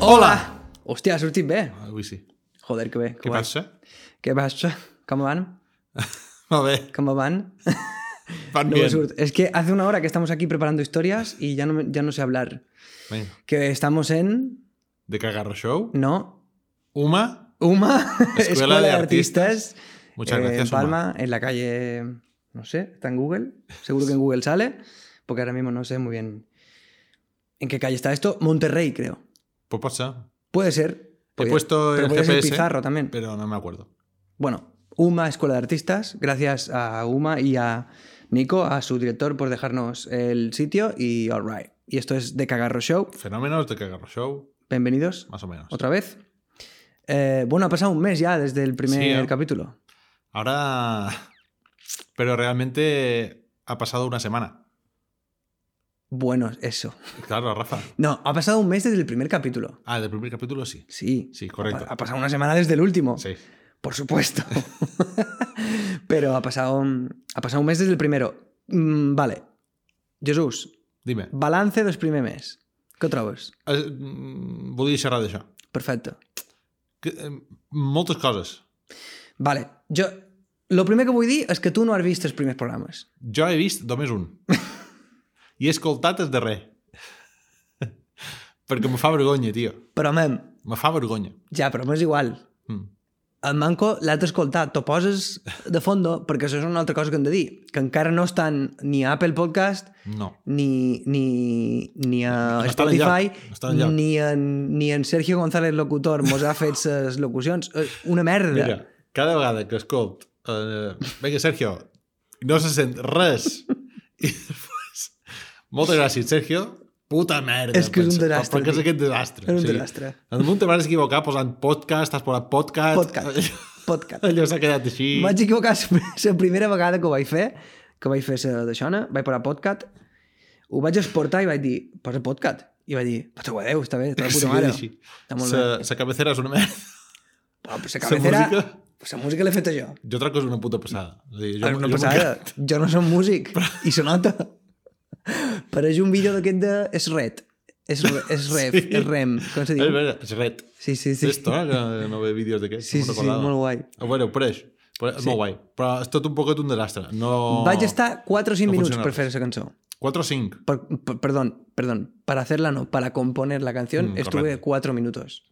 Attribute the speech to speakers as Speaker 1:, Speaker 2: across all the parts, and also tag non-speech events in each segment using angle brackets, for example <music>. Speaker 1: Hola!
Speaker 2: Hòstia, ha sortit bé.
Speaker 1: Avui sí.
Speaker 2: Joder, que bé. Que
Speaker 1: Què
Speaker 2: guai.
Speaker 1: passa?
Speaker 2: Què passa? Com van?
Speaker 1: Molt bé,
Speaker 2: Com van?
Speaker 1: van
Speaker 2: No me
Speaker 1: bien.
Speaker 2: surte. Es que hace una hora que estamos aquí preparando historias y ya no, me- ya no sé hablar.
Speaker 1: Vinga.
Speaker 2: Que estamos en...
Speaker 1: De Cagarro Show.
Speaker 2: No.
Speaker 1: Uma,
Speaker 2: UMA,
Speaker 1: <laughs> Escuela de
Speaker 2: eh,
Speaker 1: muchas
Speaker 2: en
Speaker 1: gracias, Uma.
Speaker 2: Eh, Palma, en la calle... No sé, está en Google. Seguro que en Google sale. Porque ahora mismo no sé muy bien en qué calle está esto. Monterrey, creo.
Speaker 1: Pues pasa.
Speaker 2: Puede ser.
Speaker 1: He
Speaker 2: Podía-
Speaker 1: puesto
Speaker 2: pero
Speaker 1: el
Speaker 2: podía ser
Speaker 1: GPS,
Speaker 2: Pizarro también.
Speaker 1: pero no me acuerdo.
Speaker 2: Bueno, UMA, Escuela de Artistas, gracias a UMA y a Nico, a su director, por dejarnos el sitio y all right. Y esto es De Cagarro Show.
Speaker 1: Fenómenos de Cagarro Show,
Speaker 2: Bienvenidos
Speaker 1: más o menos.
Speaker 2: otra vez. Eh, bueno, ha pasado un mes ya desde el primer
Speaker 1: Sí, ¿eh?
Speaker 2: capítulo.
Speaker 1: Ahora. Pero realmente ha pasado una semana.
Speaker 2: Bueno, eso.
Speaker 1: Claro, Rafa.
Speaker 2: No, ha pasado un mes desde el primer capítulo.
Speaker 1: Ah, del primer capítulo sí.
Speaker 2: Sí.
Speaker 1: Sí, correcto.
Speaker 2: Ha pasado una semana desde el último.
Speaker 1: Sí.
Speaker 2: Por supuesto. <laughs> Pero ha pasado, ha pasado un mes desde el primero. Mm, vale. Jesús,
Speaker 1: Dime.
Speaker 2: balance del primer mes. ¿Qué trobes?
Speaker 1: Eh, mm, Vull xerrar d'això.
Speaker 2: Perfecto.
Speaker 1: Que, eh, Moltes coses.
Speaker 2: Vale, jo... Lo primer que vull dir és que tu no has vist els primers programes.
Speaker 1: Jo he vist només
Speaker 2: <laughs>
Speaker 1: un. I he escoltat el darrer. Perquè me fa vergonya, tio.
Speaker 2: Però, mem,
Speaker 1: Me fa vergonya.
Speaker 2: ja, però m'és igual.
Speaker 1: Mm.
Speaker 2: El manco l'has d'escoltar, t'ho poses de fondo, perquè això és una altra cosa que hem de dir, que encara no estan ni a Apple Podcast,
Speaker 1: No.
Speaker 2: ni, ni, ni a
Speaker 1: No estan
Speaker 2: Spotify,
Speaker 1: enlloc, no estan enlloc.
Speaker 2: ni, en, ni en Sergio González Locutor mos ha fet les locucions. És Una merda.
Speaker 1: Mira, cada vegada que escolt... Eh, Vinga, Sergio, no se sent res. I després... Moltes gràcies, Sergio. Puta merda.
Speaker 2: És que és un
Speaker 1: pensa.
Speaker 2: desastre,
Speaker 1: Per què és
Speaker 2: tio.
Speaker 1: aquest desastre?
Speaker 2: És un desastre.
Speaker 1: En un te vas equivocar posant podcast, has posat podcast... <laughs>
Speaker 2: Podcast. Podcast.
Speaker 1: Allò s'ha quedat així.
Speaker 2: Vaig equivocar <laughs> la primera vegada que ho vaig fer, que vaig fer la d'això, no? vaig parar podcast, ho vaig exportar i vaig dir, posa podcast. I vaig dir, però ho adeu, està bé, està de
Speaker 1: Sí,
Speaker 2: puta mare.
Speaker 1: així.
Speaker 2: Està molt
Speaker 1: sa,
Speaker 2: bé.
Speaker 1: sa cabecera és una merda.
Speaker 2: Però, però la cabecera,
Speaker 1: música?
Speaker 2: pues, la música l'he feta jo.
Speaker 1: Jo trobo que és una puta passada. És a dir, jo,
Speaker 2: Jo, Ah, una
Speaker 1: jo
Speaker 2: passada. Jo no som músic, i se nota. Pareix un vídeo d'aquest de... És red. És, re- és ref,
Speaker 1: <laughs> Sí.
Speaker 2: és rem, com se
Speaker 1: És
Speaker 2: diu?
Speaker 1: veritat, és ret.
Speaker 2: Sí, sí,
Speaker 1: Sí.
Speaker 2: sí.
Speaker 1: Esto, eh, que no ve vídeos d'aquests.
Speaker 2: Sí, sí, sí, molt guai.
Speaker 1: A veure, ho pareix. Però és molt guai. Però és tot un poquet un desastre. No...
Speaker 2: Vaig estar 4 o 5
Speaker 1: Oh. No
Speaker 2: minuts
Speaker 1: funciona
Speaker 2: per fer la cançó.
Speaker 1: 4 o 5.
Speaker 2: Por- por- perdón, perdón, para hacerla no, para componer la canción
Speaker 1: Mm,
Speaker 2: estuve
Speaker 1: correcto.
Speaker 2: cuatro minutos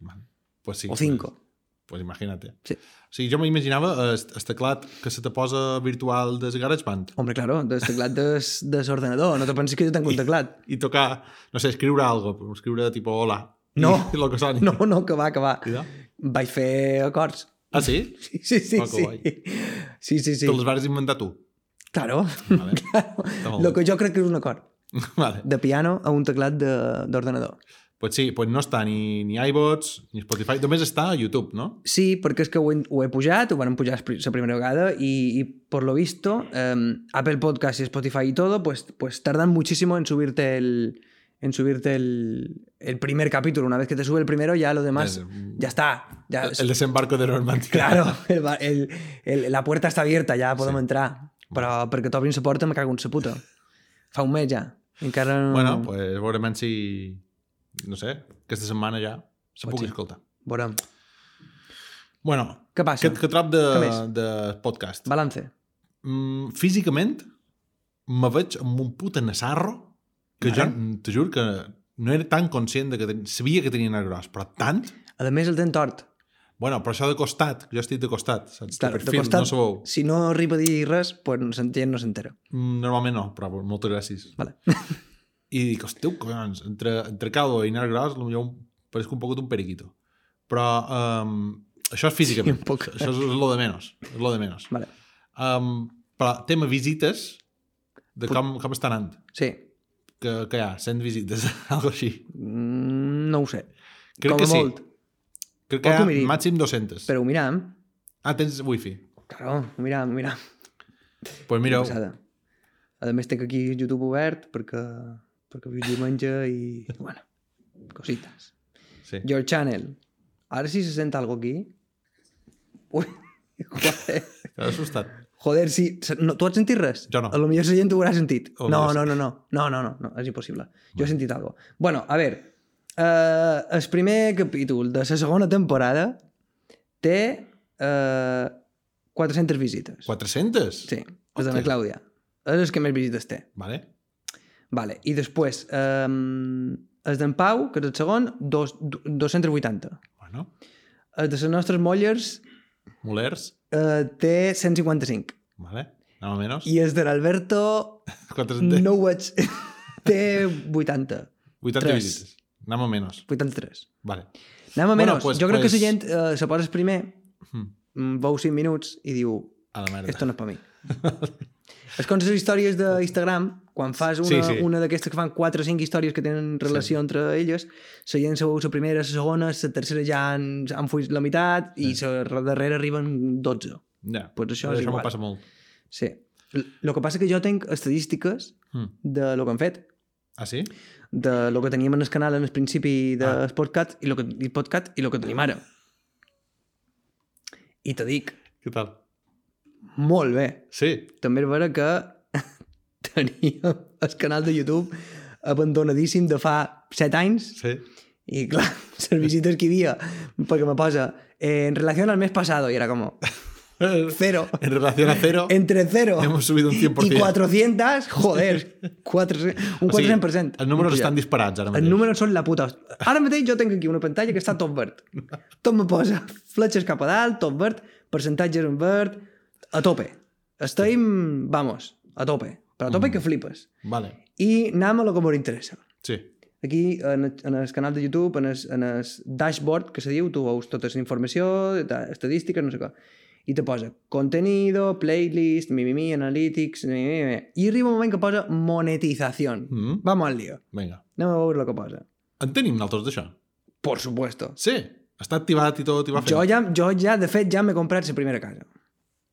Speaker 1: Pues sí.
Speaker 2: o cinco.
Speaker 1: Pues imagina't. eh.
Speaker 2: Sí.
Speaker 1: O sigui, jo m'imaginava el, el teclat que se te posa virtual des GarageBand
Speaker 2: Hombre, claro, del teclat des,
Speaker 1: <laughs>
Speaker 2: des ordenador, no te penses que jo tengo un teclat.
Speaker 1: i tocar, no sé, escriure algo, però escriure tipo hola.
Speaker 2: <laughs> No.
Speaker 1: I, lo que soni.
Speaker 2: No, no, que va, que
Speaker 1: <laughs>
Speaker 2: va.
Speaker 1: Cuidado.
Speaker 2: Vaig fer acords.
Speaker 1: Ah, sí?
Speaker 2: Sí, sí, sí.
Speaker 1: Ah, que
Speaker 2: sí.
Speaker 1: guai.
Speaker 2: Sí, sí, sí.
Speaker 1: Te les vas inventar tu. <laughs>
Speaker 2: Claro.
Speaker 1: Vale.
Speaker 2: claro. <laughs>
Speaker 1: molt
Speaker 2: Lo que jo crec que és un acord
Speaker 1: <laughs> vale.
Speaker 2: de piano a un teclat de- d'ordenador.
Speaker 1: Pues sí, pues no està ni, ni iBots, ni Spotify, només està a YouTube, no?
Speaker 2: Sí, perquè és que ho he, ho he pujat, ho van pujar la primera vegada y, y por lo visto em, Apple Podcast y Spotify y todo pues, pues tardan muchísimo en subirte el en subirte el, el primer capítulo. Una vez que te sube el primero ya lo demás
Speaker 1: Es-
Speaker 2: ya está. Ya,
Speaker 1: El, el desembarco de Normandía.
Speaker 2: Eh, Claro, <laughs> el ba- el- el- la puerta está abierta, ya podemos entrar. Però perquè t'obrin la porta me cago en la puta. Fa un mes ja. Encara no...
Speaker 1: Bueno, pues veurem si... No sé, aquesta setmana ja se
Speaker 2: Pot
Speaker 1: pugui
Speaker 2: ser.
Speaker 1: escoltar.
Speaker 2: Veurem.
Speaker 1: Bueno,
Speaker 2: Què passa?
Speaker 1: que, que trob de,
Speaker 2: Què més?
Speaker 1: de podcast.
Speaker 2: Balance.
Speaker 1: Mm, físicament, me veig amb un puta nassarro que
Speaker 2: Vale.
Speaker 1: jo te juro que no era tan conscient de que ten... sabia que tenia nas gros, però tant...
Speaker 2: A més el ten tort.
Speaker 1: Bueno, però això de costat, que jo estic de costat, saps?
Speaker 2: Claro, de
Speaker 1: de perfil,
Speaker 2: costat,
Speaker 1: no sabeu.
Speaker 2: si no arriba a dir res, pues s'entén, no s'entera.
Speaker 1: Mm, Normalment no, però moltes gràcies.
Speaker 2: Vale.
Speaker 1: I dic, hòstia, collons, entre, entre caldo i nervi gros, potser un, parezco un poc d'un periquito. Però um, això és
Speaker 2: Sí,
Speaker 1: físicament.
Speaker 2: un poc.
Speaker 1: Això és lo de menos. És lo de menos.
Speaker 2: Vale.
Speaker 1: Um, però tema visites, de
Speaker 2: Pot-
Speaker 1: com, com està anant.
Speaker 2: Sí.
Speaker 1: Que, que hi ha? 100 visites, <laughs> algo així.
Speaker 2: Mm, No ho sé.
Speaker 1: Crec
Speaker 2: Com
Speaker 1: que
Speaker 2: a
Speaker 1: sí.
Speaker 2: molt.
Speaker 1: Crec
Speaker 2: Pot
Speaker 1: que
Speaker 2: ho
Speaker 1: hi
Speaker 2: mirar.
Speaker 1: ha màxim 200.
Speaker 2: Però ho miram.
Speaker 1: Ah, tens wifi.
Speaker 2: Claro, ho miram, ho miram.
Speaker 1: Doncs pues mira,
Speaker 2: Passada. A més, tinc aquí YouTube obert perquè, perquè viu diumenge i... Bueno, cosites.
Speaker 1: sí.
Speaker 2: Your Channel. Ara si se sent algo aquí... Ui, <laughs> joder.
Speaker 1: T'has assustat.
Speaker 2: Joder, si... se- No, tu has sentit res?
Speaker 1: Jo no.
Speaker 2: A lo millor la gent ho haurà sentit.
Speaker 1: Oh,
Speaker 2: no,
Speaker 1: Dios.
Speaker 2: no, no, no, no, no, no, no, és impossible. Jo he sentit algo. Bueno, a ver, Eh, el primer capítol de la segona temporada té eh, 400 visites.
Speaker 1: 400.
Speaker 2: Sí, és de la
Speaker 1: Hòstia.
Speaker 2: Clàudia. És el que més visites té.
Speaker 1: Vale.
Speaker 2: Vale. I després, eh, el d'en Pau, que és el segon, dos, du- 280.
Speaker 1: Bueno,
Speaker 2: El de les nostres mollers
Speaker 1: molers.
Speaker 2: eh, té 155.
Speaker 1: Vale. Nada más o menos.
Speaker 2: I el de l'Alberto
Speaker 1: 400.
Speaker 2: no ho veig. té 80.
Speaker 1: 80
Speaker 2: tres.
Speaker 1: visites. Nada más o menos.
Speaker 2: 83.
Speaker 1: Vale.
Speaker 2: Anem a
Speaker 1: Bueno,
Speaker 2: menys. Bueno,
Speaker 1: pues-
Speaker 2: pues, jo crec pues... que
Speaker 1: pues-
Speaker 2: la gent eh, se posa el primer,
Speaker 1: Hmm.
Speaker 2: mm, veu 5 minuts i diu
Speaker 1: A la merda.
Speaker 2: Esto no és per <laughs> mi. és com les històries d'Instagram, quan fas una, sí,
Speaker 1: Sí, sí.
Speaker 2: sí. una d'aquestes que fan 4 o 5 històries que tenen relació sí. entre elles, la gent se veu la primera, la segona, la tercera ja han, han fuit la meitat sí. i la darrera arriben 12.
Speaker 1: Ja.
Speaker 2: Pues això és
Speaker 1: això m'ho
Speaker 2: igual.
Speaker 1: passa molt.
Speaker 2: Sí. El que passa que jo tinc estadístiques
Speaker 1: Hmm.
Speaker 2: de lo que han fet,
Speaker 1: Ah, sí?
Speaker 2: de lo que teníem en el canal en el principi
Speaker 1: Ah.
Speaker 2: del ah. podcast i lo que, i podcast i lo que tenim ara. I te dic,
Speaker 1: Què tal?
Speaker 2: molt bé.
Speaker 1: Sí.
Speaker 2: també és vera que <laughs> teníem el canal de YouTube abandonadíssim de fa 7 anys
Speaker 1: Sí.
Speaker 2: i clar, <laughs> les visites que hi havia perquè me posa eh, en relació al mes pasado i era
Speaker 1: <laughs>
Speaker 2: com
Speaker 1: en
Speaker 2: cero
Speaker 1: relación a cero,
Speaker 2: entre cero
Speaker 1: hemos subido un 100%.
Speaker 2: i 400 joder 400, un 400% o
Speaker 1: els números estan disparats ara mateix.
Speaker 2: els números són la puta host- ara mateix jo tinc aquí una pantalla que està tot verd tot me posa fletxes cap a dalt tot verd, percentatges en verd a tope estem, vamos, a tope però a tope que flipes
Speaker 1: Vale.
Speaker 2: i anem a lo que mos interessa
Speaker 1: Sí.
Speaker 2: aquí en, el- en el canal de YouTube en el, en el dashboard que se diu tu veus tota la informació ta- estadístiques, no sé què i te posa contenido, playlist, mi, mi, mi, analytics mi, mi, mi. i arriba un moment que posa monetización
Speaker 1: Mm.
Speaker 2: vamos al lío
Speaker 1: Vinga.
Speaker 2: anem a veure el que posa
Speaker 1: En tenim nosaltres d'això?
Speaker 2: Por supuesto.
Speaker 1: Sí. Està activat i tot i va fent.
Speaker 2: Jo ja, jo ja, de fet, ja m'he comprat la primera casa.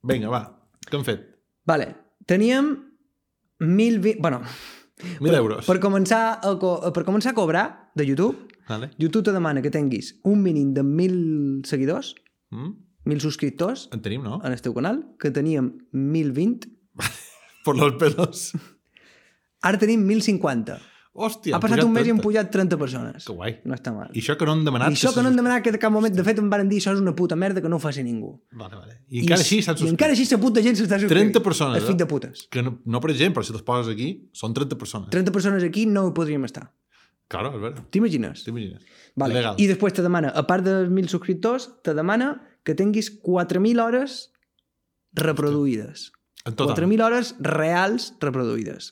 Speaker 1: Vinga, va. Què hem fet?
Speaker 2: Vale, teníem 1.020... Bueno,
Speaker 1: 1.000 euros.
Speaker 2: per començar, a co per començar a cobrar de YouTube,
Speaker 1: Vale.
Speaker 2: YouTube te demana que tinguis un mínim de 1.000 seguidors,
Speaker 1: Mm.
Speaker 2: 1.000 subscriptors
Speaker 1: En tenim, no?
Speaker 2: en el teu canal, que teníem 1.020,
Speaker 1: Por los pelos.
Speaker 2: ara tenim 1.050.
Speaker 1: Hòstia,
Speaker 2: Ha passat un mes i
Speaker 1: hem
Speaker 2: hem pujat 30 persones.
Speaker 1: Que guai.
Speaker 2: No està mal.
Speaker 1: I això que no
Speaker 2: I
Speaker 1: han demanat...
Speaker 2: això que no han demanat que de cap moment, de fet em van dir això és una puta merda que no ho faci ningú.
Speaker 1: Vale, vale. I, encara
Speaker 2: s-
Speaker 1: així
Speaker 2: I
Speaker 1: s'han subscrit.
Speaker 2: encara així la puta gent s'està subscrivint.
Speaker 1: 30 persones,
Speaker 2: El fill
Speaker 1: eh?
Speaker 2: de putes.
Speaker 1: Que no, no per exemple, si te'ls poses aquí, són 30 persones.
Speaker 2: 30 persones aquí no hi podríem estar.
Speaker 1: Claro, és veritat.
Speaker 2: T'imagines?
Speaker 1: T'imagines?
Speaker 2: Vale.
Speaker 1: Legal.
Speaker 2: I després te demana, a part de 1.000 subscriptors, te demana que tinguis 4.000 hores reproduïdes.
Speaker 1: En total.
Speaker 2: 4.000 hores reals reproduïdes.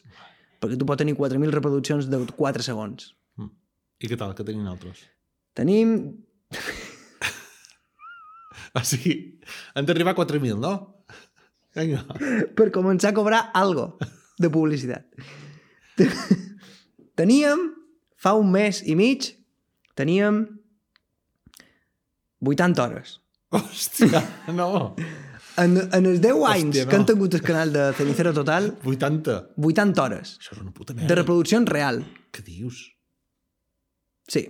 Speaker 2: Perquè tu pots tenir 4.000 reproduccions de 4 segons.
Speaker 1: Mm. I què tal, que tenim altres?
Speaker 2: Tenim...
Speaker 1: O sigui, Ah, han d'arribar a 4.000, no? Vinga.
Speaker 2: Per començar a cobrar algo de publicitat. <laughs> Te- Teníem, fa un mes i mig, teníem 80 hores.
Speaker 1: Hòstia, no.
Speaker 2: En, en els 10 anys
Speaker 1: Hòstia,
Speaker 2: Hòstia,
Speaker 1: no.
Speaker 2: no. que han tingut el canal de Cenicero Total,
Speaker 1: 80.
Speaker 2: 80 hores
Speaker 1: Això és una puta
Speaker 2: de
Speaker 1: merda.
Speaker 2: reproducció en real.
Speaker 1: Què dius?
Speaker 2: Sí.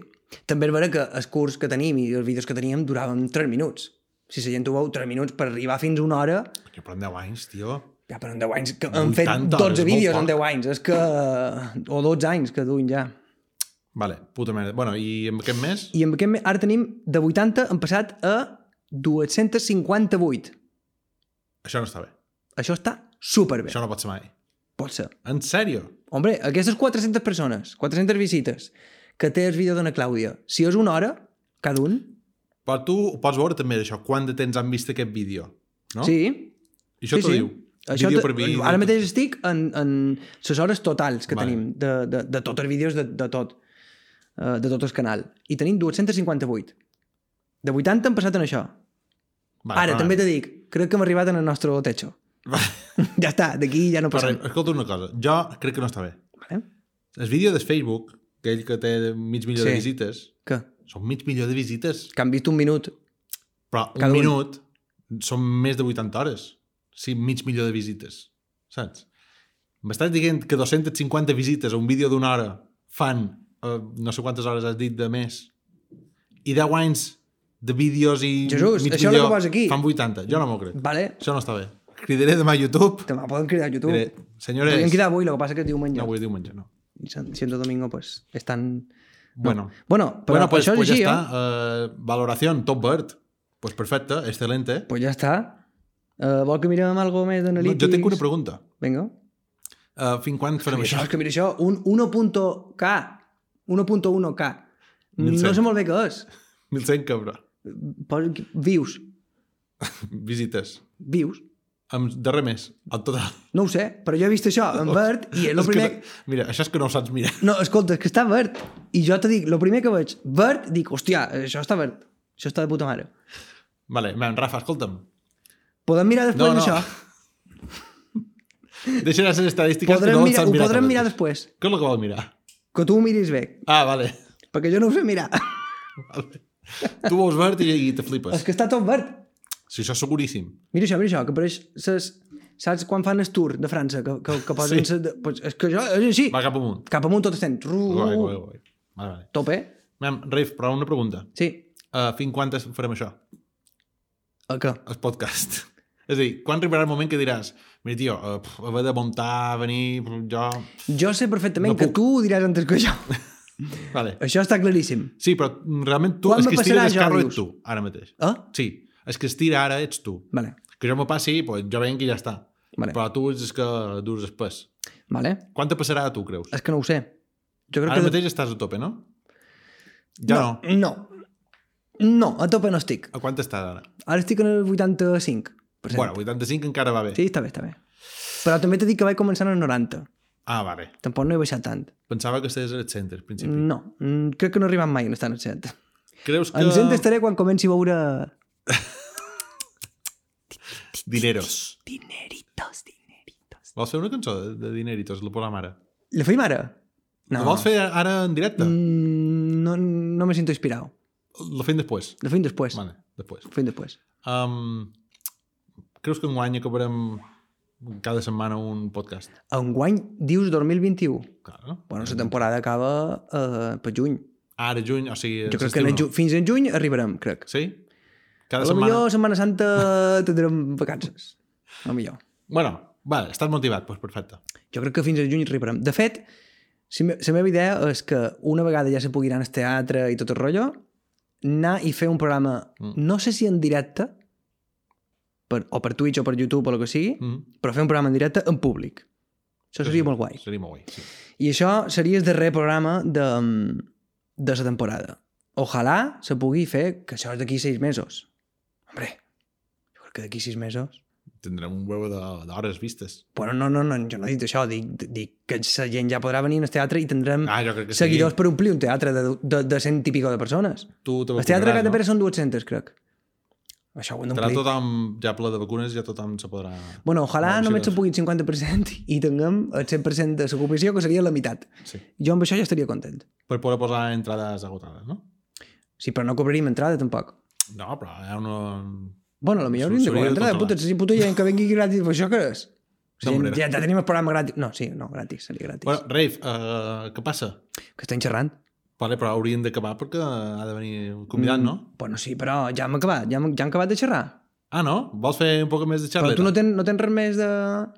Speaker 2: També és vera que els curs que tenim i els vídeos que teníem duraven 3 minuts. Si la gent ho veu, 3 minuts per arribar fins a una hora...
Speaker 1: Jo però en 10 anys, tio.
Speaker 2: Ja, però en 10 anys... Que han fet
Speaker 1: 80 hores,
Speaker 2: 12
Speaker 1: molt
Speaker 2: vídeos
Speaker 1: poc.
Speaker 2: en 10 anys. És que... O 12 anys que duin ja.
Speaker 1: Vale, puta merda. Bueno, i amb aquest mes?
Speaker 2: I amb aquest... me- ara tenim de 80 hem passat a 258.
Speaker 1: Això no està bé.
Speaker 2: Això està superbé.
Speaker 1: Això no pot ser mai.
Speaker 2: Pot ser.
Speaker 1: En sèrio?
Speaker 2: Hombre, aquestes 400 persones, 400 visites que té el vídeo d'Anna Clàudia, si és una hora, cada un,
Speaker 1: Però tu ho pots veure també, això. Quant de temps han vist aquest vídeo? No?
Speaker 2: sí,
Speaker 1: I això
Speaker 2: sí,
Speaker 1: t'ho
Speaker 2: sí.
Speaker 1: diu.
Speaker 2: Això
Speaker 1: vídeo
Speaker 2: te-
Speaker 1: per vídeo.
Speaker 2: Ara mateix estic en, en les hores totals que
Speaker 1: Vale.
Speaker 2: vale. tenim de, de, de tots els vídeos de, de tot, eh, de tot el canal. I tenim 258. De 80 han passat en això.
Speaker 1: Vale,
Speaker 2: Vale, Ara, també te dic, crec que hem arribat en el nostre techo. <laughs> ja està, d'aquí ja no
Speaker 1: Però,
Speaker 2: passem.
Speaker 1: escolta una cosa. Jo crec que no està bé.
Speaker 2: Vale.
Speaker 1: El vídeo de Facebook, aquell que té mig milió de
Speaker 2: Sí.
Speaker 1: visites,
Speaker 2: Que,
Speaker 1: són mig milió de visites,
Speaker 2: que han vist un minut.
Speaker 1: però un
Speaker 2: Cada un.
Speaker 1: minut són més de 80 hores. Sí, mig milió de visites, saps? M'estàs dient que 250 visites a un vídeo d'una hora fan eh, no sé quantes hores has dit de més i 10 anys de vídeos i
Speaker 2: Jesús, això és el que posa aquí.
Speaker 1: fan 80. Jo no m'ho crec.
Speaker 2: Vale?
Speaker 1: Això no està bé. Cridaré demà a YouTube.
Speaker 2: Demà poden cridar a YouTube.
Speaker 1: Diré, senyores,
Speaker 2: Podríem quedar avui, el que passa que és diumenge.
Speaker 1: no vull diumenge, no.
Speaker 2: Y san- siendo domingo, pues están
Speaker 1: Bueno,
Speaker 2: Bueno, però
Speaker 1: bueno pues,
Speaker 2: això és
Speaker 1: pues ya
Speaker 2: així,
Speaker 1: está.
Speaker 2: eh?
Speaker 1: Eh, valoración, top bird. Pues perfecta, excelente.
Speaker 2: Pues ja està. Uh, vol que mirem algo més
Speaker 1: No,
Speaker 2: d'analítics?
Speaker 1: jo tinc una pregunta.
Speaker 2: Vinga.
Speaker 1: Uh, fins quan farem
Speaker 2: Mira,
Speaker 1: això? <laughs>
Speaker 2: és que mira això, un 1.k, 1.1k.
Speaker 1: Mil
Speaker 2: No
Speaker 1: cent.
Speaker 2: sé molt bé què és.
Speaker 1: 1.100, cabró.
Speaker 2: Posa- Vius.
Speaker 1: Visites.
Speaker 2: Vius.
Speaker 1: Amb darrer mes, al total.
Speaker 2: No ho sé, però jo he vist això en verd i el
Speaker 1: Oh, <laughs> És
Speaker 2: primer...
Speaker 1: que, no- mira, això és que no ho saps mirar. <laughs>
Speaker 2: No, escolta, és que està verd. I jo te dic, el primer que veig verd, dic, hòstia, això està verd. Això està de puta mare.
Speaker 1: Vale, man, Rafa, escolta'm.
Speaker 2: Podem mirar després
Speaker 1: No, no.
Speaker 2: d'això?
Speaker 1: Deixa les estadístiques
Speaker 2: Podrem
Speaker 1: que no
Speaker 2: mirar,
Speaker 1: saps
Speaker 2: ho
Speaker 1: mirar.
Speaker 2: podrem
Speaker 1: totes.
Speaker 2: mirar després.
Speaker 1: Què és el que vol mirar?
Speaker 2: Que tu ho miris bé,
Speaker 1: Ah, vale. <laughs>
Speaker 2: perquè jo no ho sé mirar.
Speaker 1: vale. tu veus verd i, i te
Speaker 2: és
Speaker 1: flipes.
Speaker 2: que està tot verd.
Speaker 1: Sí, això és seguríssim.
Speaker 2: Mira això, mira això, que apareix... Ses, saps quan fan el tour de França, que, que, que posen...
Speaker 1: Sí.
Speaker 2: Sí. De, pues, és que això és així.
Speaker 1: Va cap amunt.
Speaker 2: Cap amunt tot estem. Ru,
Speaker 1: Guai, guai, guai. Vale, vale.
Speaker 2: Tope.
Speaker 1: Mem, Rafe, però una pregunta.
Speaker 2: Sí.
Speaker 1: Uh, fins quan es- farem això?
Speaker 2: El què?
Speaker 1: El podcast. <laughs> És a dir, quan arribarà el moment que diràs mira, tio, uh, pf, haver de muntar, venir, pf, jo...
Speaker 2: Jo sé perfectament
Speaker 1: No
Speaker 2: que
Speaker 1: puc.
Speaker 2: tu ho diràs antes que
Speaker 1: <laughs>
Speaker 2: jo.
Speaker 1: Vale.
Speaker 2: això està claríssim.
Speaker 1: Sí, però mm, realment tu,
Speaker 2: Quan
Speaker 1: és
Speaker 2: me
Speaker 1: que estira
Speaker 2: passarà
Speaker 1: el
Speaker 2: això,
Speaker 1: carro
Speaker 2: dius?
Speaker 1: ets tu, ara mateix.
Speaker 2: Eh?
Speaker 1: Sí, és que estira ara ets tu.
Speaker 2: Vale,
Speaker 1: Que jo m'ho passi, pues, jo venc i ja està.
Speaker 2: Vale.
Speaker 1: Però tu és que durs després.
Speaker 2: vale.
Speaker 1: Quan te passarà a tu, creus?
Speaker 2: És que no ho sé. Jo crec
Speaker 1: Ara
Speaker 2: que...
Speaker 1: mateix estàs a tope, no? Ja no.
Speaker 2: No. No, a tope no estic.
Speaker 1: A quant estàs ara?
Speaker 2: Ara estic en el 85%.
Speaker 1: Bueno, 85 encara va bé.
Speaker 2: Sí, està bé, està bé. Però també t'he dit que vaig començar en el 90.
Speaker 1: Ah, vale.
Speaker 2: Tampoc no he baixat tant.
Speaker 1: Pensava que estàs al centre, al principi.
Speaker 2: No, mm, crec que no he arribat mai a estar en el 100.
Speaker 1: Creus que...
Speaker 2: En el 100 estaré quan comenci a veure...
Speaker 1: Dineros.
Speaker 2: Dineritos, dineritos.
Speaker 1: Vols fer una cançó de, de Dineritos, la pola mare?
Speaker 2: La feim ara?
Speaker 1: La vols fer ara en directe?
Speaker 2: Mm, no, no me siento inspirado. Mm.
Speaker 1: La fem després.
Speaker 2: La feim després.
Speaker 1: Vale, després.
Speaker 2: La feim després.
Speaker 1: Um, creus que enguany acabarem cada setmana un podcast?
Speaker 2: Enguany dius 2021.
Speaker 1: Claro.
Speaker 2: Bueno, la temporada acaba eh, per juny.
Speaker 1: Ara, juny, o sigui...
Speaker 2: Jo crec que en
Speaker 1: l'estiu
Speaker 2: ju
Speaker 1: no.
Speaker 2: fins en juny arribarem, crec.
Speaker 1: Sí? Cada
Speaker 2: A lo
Speaker 1: setmana...
Speaker 2: millor Setmana Santa tindrem vacances. A lo millor.
Speaker 1: Bueno, vale, estàs motivat, doncs perfecte.
Speaker 2: Jo crec que fins al juny arribarem. De fet, si me, la meva idea és que una vegada ja se pugui anar al teatre i tot el rotllo, anar i fer un programa,
Speaker 1: Mm.
Speaker 2: no sé si en directe, per, o per Twitch o per YouTube o el que sigui,
Speaker 1: Mm.
Speaker 2: però fer un programa en directe en públic. Això seria molt guai.
Speaker 1: Seria molt guai, sí.
Speaker 2: I això seria el darrer programa de, mm, de la temporada. Ojalà se pugui fer, que això és d'aquí sis mesos. Hombre, jo crec que d'aquí sis mesos...
Speaker 1: Tindrem un huevo de- d'hores vistes.
Speaker 2: Bueno, no, no, no, jo no he dit això, dic, dic que la gent ja podrà venir al teatre i tindrem
Speaker 1: Ah, jo crec que sí.
Speaker 2: Mm. seguidors per omplir un teatre de, de, de cent i pico de persones.
Speaker 1: Tu te
Speaker 2: El teatre de
Speaker 1: vacunaràs,
Speaker 2: Catapera són 200, crec. Això ho hem
Speaker 1: Estarà
Speaker 2: d'omplir.
Speaker 1: tothom ja ple de vacunes, ja tothom se podrà...
Speaker 2: Bueno, ojalà
Speaker 1: Ah, sí,
Speaker 2: només se
Speaker 1: doncs.
Speaker 2: pugui el 50% i tinguem el 100% de l'ocupació, que seria la meitat.
Speaker 1: Sí.
Speaker 2: Jo amb això ja estaria content.
Speaker 1: Per poder posar entrades agotades, no?
Speaker 2: Sí, però no cobraríem entrada, tampoc.
Speaker 1: No, però hi ha una...
Speaker 2: Bueno, a lo millor hauríem de
Speaker 1: S'hauria
Speaker 2: cobrar
Speaker 1: de
Speaker 2: entrada,
Speaker 1: controlar.
Speaker 2: puta, si puta gent que vengui gratis, però això què és?
Speaker 1: tota No,
Speaker 2: Gent,
Speaker 1: hombre.
Speaker 2: ja, ja tenim el programa gratis. No, sí, no, gratis, seria gratis.
Speaker 1: Bueno, Rafe, uh, què passa?
Speaker 2: que estem xerrant.
Speaker 1: Vale, però haurien d'acabar perquè ha de venir un convidat,
Speaker 2: Mm,
Speaker 1: no?
Speaker 2: Bueno, sí, però ja hem acabat, ja hem, ja hem acabat de xerrar.
Speaker 1: Ah, no? Vols fer un poc més de
Speaker 2: Però
Speaker 1: xarleta?
Speaker 2: tu no tens, no tens res més de,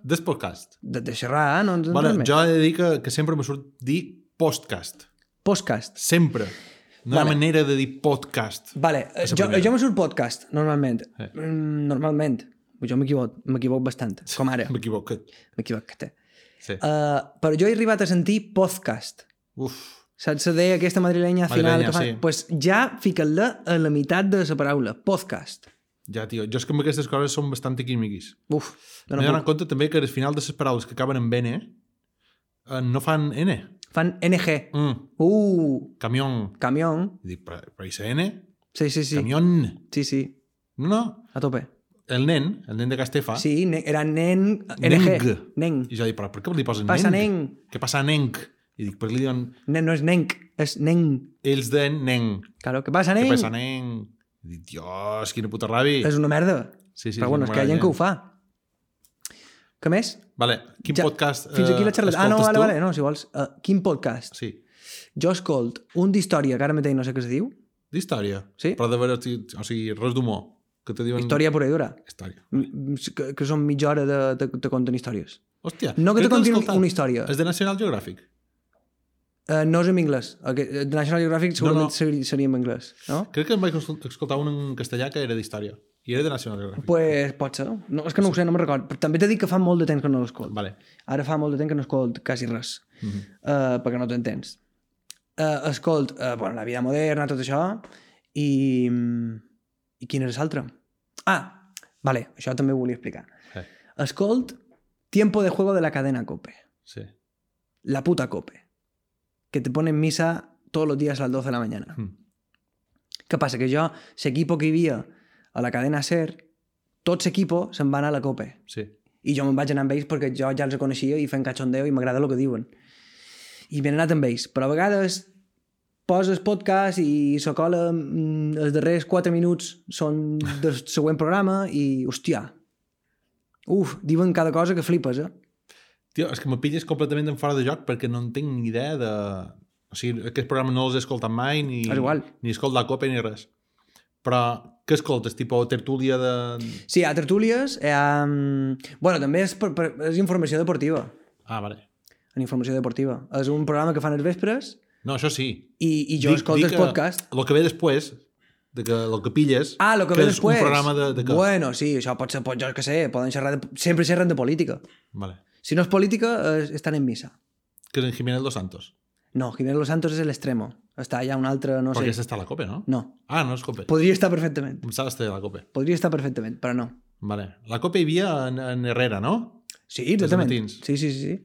Speaker 1: Des podcast.
Speaker 2: de, de xerrar, eh? no tens
Speaker 1: Vale,
Speaker 2: res més.
Speaker 1: jo he de dir que, que sempre me surt dir podcast.
Speaker 2: Podcast.
Speaker 1: Sempre. No hi ha
Speaker 2: Vale.
Speaker 1: manera de dir podcast.
Speaker 2: Vale, eh,
Speaker 1: ser
Speaker 2: jo,
Speaker 1: primera.
Speaker 2: jo me surt podcast, normalment.
Speaker 1: Eh.
Speaker 2: Mm, normalment. Jo m'equivoc, m'equivoc bastant, com ara.
Speaker 1: M'equivoco.
Speaker 2: M'equivoc. Eh?
Speaker 1: Sí.
Speaker 2: Uh, però jo he arribat a sentir podcast.
Speaker 1: Uf.
Speaker 2: Saps de aquesta madrilenya final
Speaker 1: Madrilenya,
Speaker 2: que fan?
Speaker 1: sí.
Speaker 2: pues ja fiquen-la a la meitat de la paraula, podcast.
Speaker 1: Ja, tio. Jo és que amb aquestes coses som bastant químiquis.
Speaker 2: Uf,
Speaker 1: No,
Speaker 2: no,
Speaker 1: no,
Speaker 2: no,
Speaker 1: en compte també que al final de les paraules que acaben amb N eh, no fan N.
Speaker 2: Fan NG.
Speaker 1: Mm,
Speaker 2: Uh,
Speaker 1: camión.
Speaker 2: camión.
Speaker 1: I dic, però, però i la N?
Speaker 2: Sí, sí, sí.
Speaker 1: Camión.
Speaker 2: Sí, sí,
Speaker 1: No, no.
Speaker 2: a tope.
Speaker 1: El nen, el nen de Castefa.
Speaker 2: Sí, ne- era nen...
Speaker 1: Ah. Neng.
Speaker 2: NG. Nen.
Speaker 1: I jo dic, però per què li posen
Speaker 2: Passa
Speaker 1: nen?
Speaker 2: nen.
Speaker 1: Què passa nenc? I dic, per què li diuen
Speaker 2: Nen no és nen, és nen.
Speaker 1: ells de nen?
Speaker 2: Claro, que passa
Speaker 1: Què
Speaker 2: nen?
Speaker 1: passa nen? I dic, dios, quina puta ràbia.
Speaker 2: És una merda.
Speaker 1: Sí, sí,
Speaker 2: Però bueno, és
Speaker 1: sí,
Speaker 2: que hi ha gent que ho fa. Què més?
Speaker 1: Vale, quin
Speaker 2: Ja,
Speaker 1: podcast... eh,
Speaker 2: Fins aquí la xerrada. Ah, no,
Speaker 1: escoltes
Speaker 2: vale,
Speaker 1: tu?
Speaker 2: vale, no, si vols. Uh, quin podcast?
Speaker 1: Sí,
Speaker 2: Jo escolt un d'història, que ara mateix no sé què es diu.
Speaker 1: Mm. d'història.
Speaker 2: Sí.
Speaker 1: Però de veure, o sigui, res d'humor. Que te diuen...
Speaker 2: Història pura i dura.
Speaker 1: Història.
Speaker 2: Mm, mm, que, que són mitja hora de, de, de conten històries.
Speaker 1: Hòstia.
Speaker 2: No que
Speaker 1: crec
Speaker 2: te
Speaker 1: l'he
Speaker 2: contin
Speaker 1: escoltat.
Speaker 2: una història.
Speaker 1: És de National Geographic.
Speaker 2: Eh, no és en anglès. El que, eh, National Geographic segurament
Speaker 1: no.
Speaker 2: seria, seria en anglès, no?
Speaker 1: Crec que em vaig escol- escoltar un en castellà que era d'història. I era de National Geographic.
Speaker 2: pues, pot ser. No, és que no ho sé, no me'n record. Però també t'he dit que fa molt de temps que no l'escolto.
Speaker 1: Vale. Mhm.
Speaker 2: Ara fa molt de temps que no escolt quasi res, mm -hmm. uh, perquè no t'entens. Uh, escolt, uh, bueno, la vida moderna, tot això, i... mm, I quin és l'altre? Ah, vale, això també ho volia explicar.
Speaker 1: Eh,
Speaker 2: Escolt, Tiempo de Juego de la cadena COPE.
Speaker 1: sí.
Speaker 2: La puta COPE. Que te pone en misa todos los días a las 12 de la mañana.
Speaker 1: Mm.
Speaker 2: Què passa? Que jo, l'equipo que hi havia a la cadena SER, tots l'equipo se'n van a la COPE.
Speaker 1: Sí.
Speaker 2: I jo me'n vaig anar amb ells perquè jo ja els coneixia i fent cachondeo i m'agrada el que diuen. I m'he anat amb ells. Però a vegades poses podcast i se cola mm, els darrers 4 minuts <laughs> són del següent programa i, hòstia, uf, diuen cada cosa que flipes, eh?
Speaker 1: Tio, és que me pilles completament en fora de joc perquè no en tinc ni idea de... O sigui, aquest programa no els he escoltat mai, ni,
Speaker 2: És igual.
Speaker 1: ni escolto la copa ni res. Però què escoltes? Tipo tertúlia de...
Speaker 2: Sí, a tertúlies... Eh, um... Bueno, també és, per, per, és informació deportiva.
Speaker 1: Ah, vale.
Speaker 2: En informació deportiva. És un programa que fan els vespres
Speaker 1: No, això sí.
Speaker 2: i, i jo dic, escolto dic el podcast.
Speaker 1: El que ve després, de que, el que pilles,
Speaker 2: Ah, lo que, ve
Speaker 1: és
Speaker 2: després.
Speaker 1: un programa de... de que...
Speaker 2: Bueno, sí, pues, això pot ser, pot, jo què sé, poden xerrar de... Sempre xerren de política.
Speaker 1: Vale.
Speaker 2: Si no és política, eh, estan en missa.
Speaker 1: Que és en Jiménez Los Santos.
Speaker 2: No, Jiménez Los Santos és l'extremo. Està allà un altre, no
Speaker 1: No Però
Speaker 2: sé.
Speaker 1: aquest està a la copa, no?
Speaker 2: No, Pues-
Speaker 1: Ah, no és copa. Pot...
Speaker 2: podria estar perfectament.
Speaker 1: Em pensava que estava a la copa.
Speaker 2: Podria estar perfectament, però no.
Speaker 1: Vale. La copa hi havia en, en Herrera, no?
Speaker 2: Sí, exactament.
Speaker 1: matins.
Speaker 2: Sí, sí, sí. sí.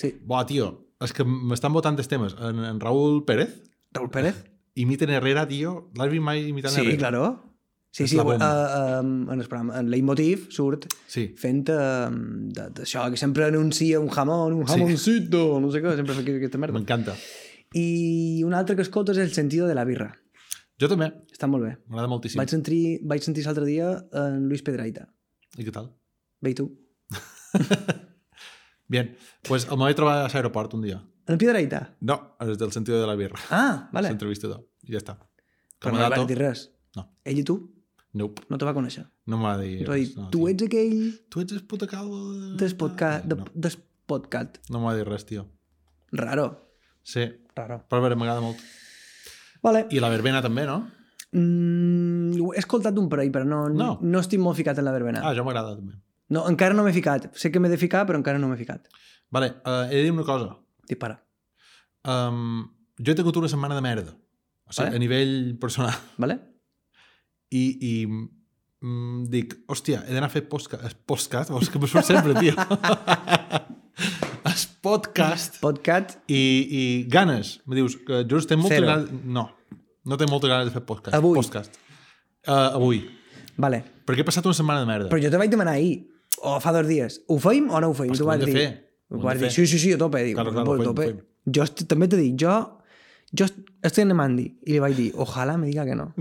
Speaker 2: Sí.
Speaker 1: Buah, tio, és que m'estan votant els temes. En, en Raúl Pérez?
Speaker 2: Raúl Pérez?
Speaker 1: Imiten Herrera, tio. L'has vist mai imitant
Speaker 2: Sí,
Speaker 1: Herrera?
Speaker 2: claro. Sí,
Speaker 1: És
Speaker 2: sí,
Speaker 1: la
Speaker 2: uh, uh,
Speaker 1: bomba.
Speaker 2: en el programa, en Leitmotiv surt
Speaker 1: Sí.
Speaker 2: fent uh, d'això, que sempre anuncia un jamón, un jamoncito, no sé què, sempre fa aquesta merda.
Speaker 1: M'encanta.
Speaker 2: I un altre que escolto és el sentido de la birra.
Speaker 1: Jo també.
Speaker 2: Està molt bé.
Speaker 1: M'agrada
Speaker 2: Sí.
Speaker 1: moltíssim.
Speaker 2: Vaig sentir, vaig sentir l'altre dia en Luis Pedraita.
Speaker 1: I què tal?
Speaker 2: Ve tu?
Speaker 1: Bien. Pues el meu trobar a l'aeroport un dia.
Speaker 2: En Pedraita?
Speaker 1: No, és del sentit de la birra.
Speaker 2: Ah, vale.
Speaker 1: S'entrevistador. I ja està.
Speaker 2: Però no li
Speaker 1: Comodato.
Speaker 2: vas dir res.
Speaker 1: No.
Speaker 2: Ell i tu
Speaker 1: Nope.
Speaker 2: no te va conèixer.
Speaker 1: No m'ha dit
Speaker 2: Ens va dir,
Speaker 1: res. No,
Speaker 2: tu
Speaker 1: tio.
Speaker 2: ets aquell
Speaker 1: Tu ets el puta calvo de... Ah,
Speaker 2: del podcast... De,
Speaker 1: No,
Speaker 2: del podcast.
Speaker 1: no m'ha dit res, tio.
Speaker 2: Raro.
Speaker 1: Sí.
Speaker 2: Raro.
Speaker 1: Però a veure, m'agrada molt.
Speaker 2: Vale.
Speaker 1: I la verbena també, no?
Speaker 2: Mm, ho he escoltat un parell, però no, no.
Speaker 1: No.
Speaker 2: no estic molt ficat en la verbena.
Speaker 1: Ah, jo m'agrada també.
Speaker 2: No, encara no m'he ficat. Sé que m'he de ficar, però encara no m'he ficat.
Speaker 1: Vale, uh, he de dir una cosa.
Speaker 2: Dispara.
Speaker 1: Um, jo he tingut una setmana de merda. O sigui,
Speaker 2: Vale.
Speaker 1: a nivell personal.
Speaker 2: Vale?
Speaker 1: i, i mm, dic, hòstia, he d'anar a fer podcast, es podcast, vols que me surt sempre, tio. <laughs> es podcast
Speaker 2: Podcast,
Speaker 1: i, i ganes. Me dius, "Eh, que jo estic molta
Speaker 2: Zero.
Speaker 1: ganes... No, no tinc molta ganes de fer podcast.
Speaker 2: Avui.
Speaker 1: Podcast. Uh, avui.
Speaker 2: vale.
Speaker 1: Perquè he passat una setmana de merda.
Speaker 2: Però jo te vaig demanar ahir, o fa dos dies, ho feim o no ho feim?
Speaker 1: Pues
Speaker 2: Tu
Speaker 1: ho
Speaker 2: vas
Speaker 1: hem de
Speaker 2: dir,
Speaker 1: fer, ho
Speaker 2: ho
Speaker 1: hem
Speaker 2: vas
Speaker 1: de
Speaker 2: dir, sí,
Speaker 1: fer.
Speaker 2: sí, sí, a tope. Dic,
Speaker 1: Claro,
Speaker 2: claro, claro,
Speaker 1: claro, ho
Speaker 2: a
Speaker 1: fem,
Speaker 2: tope.
Speaker 1: ho fem.
Speaker 2: Jo est- també t'he dit, jo, jo est- estic en Mandi, i li vaig dir, ojalà me diga que no.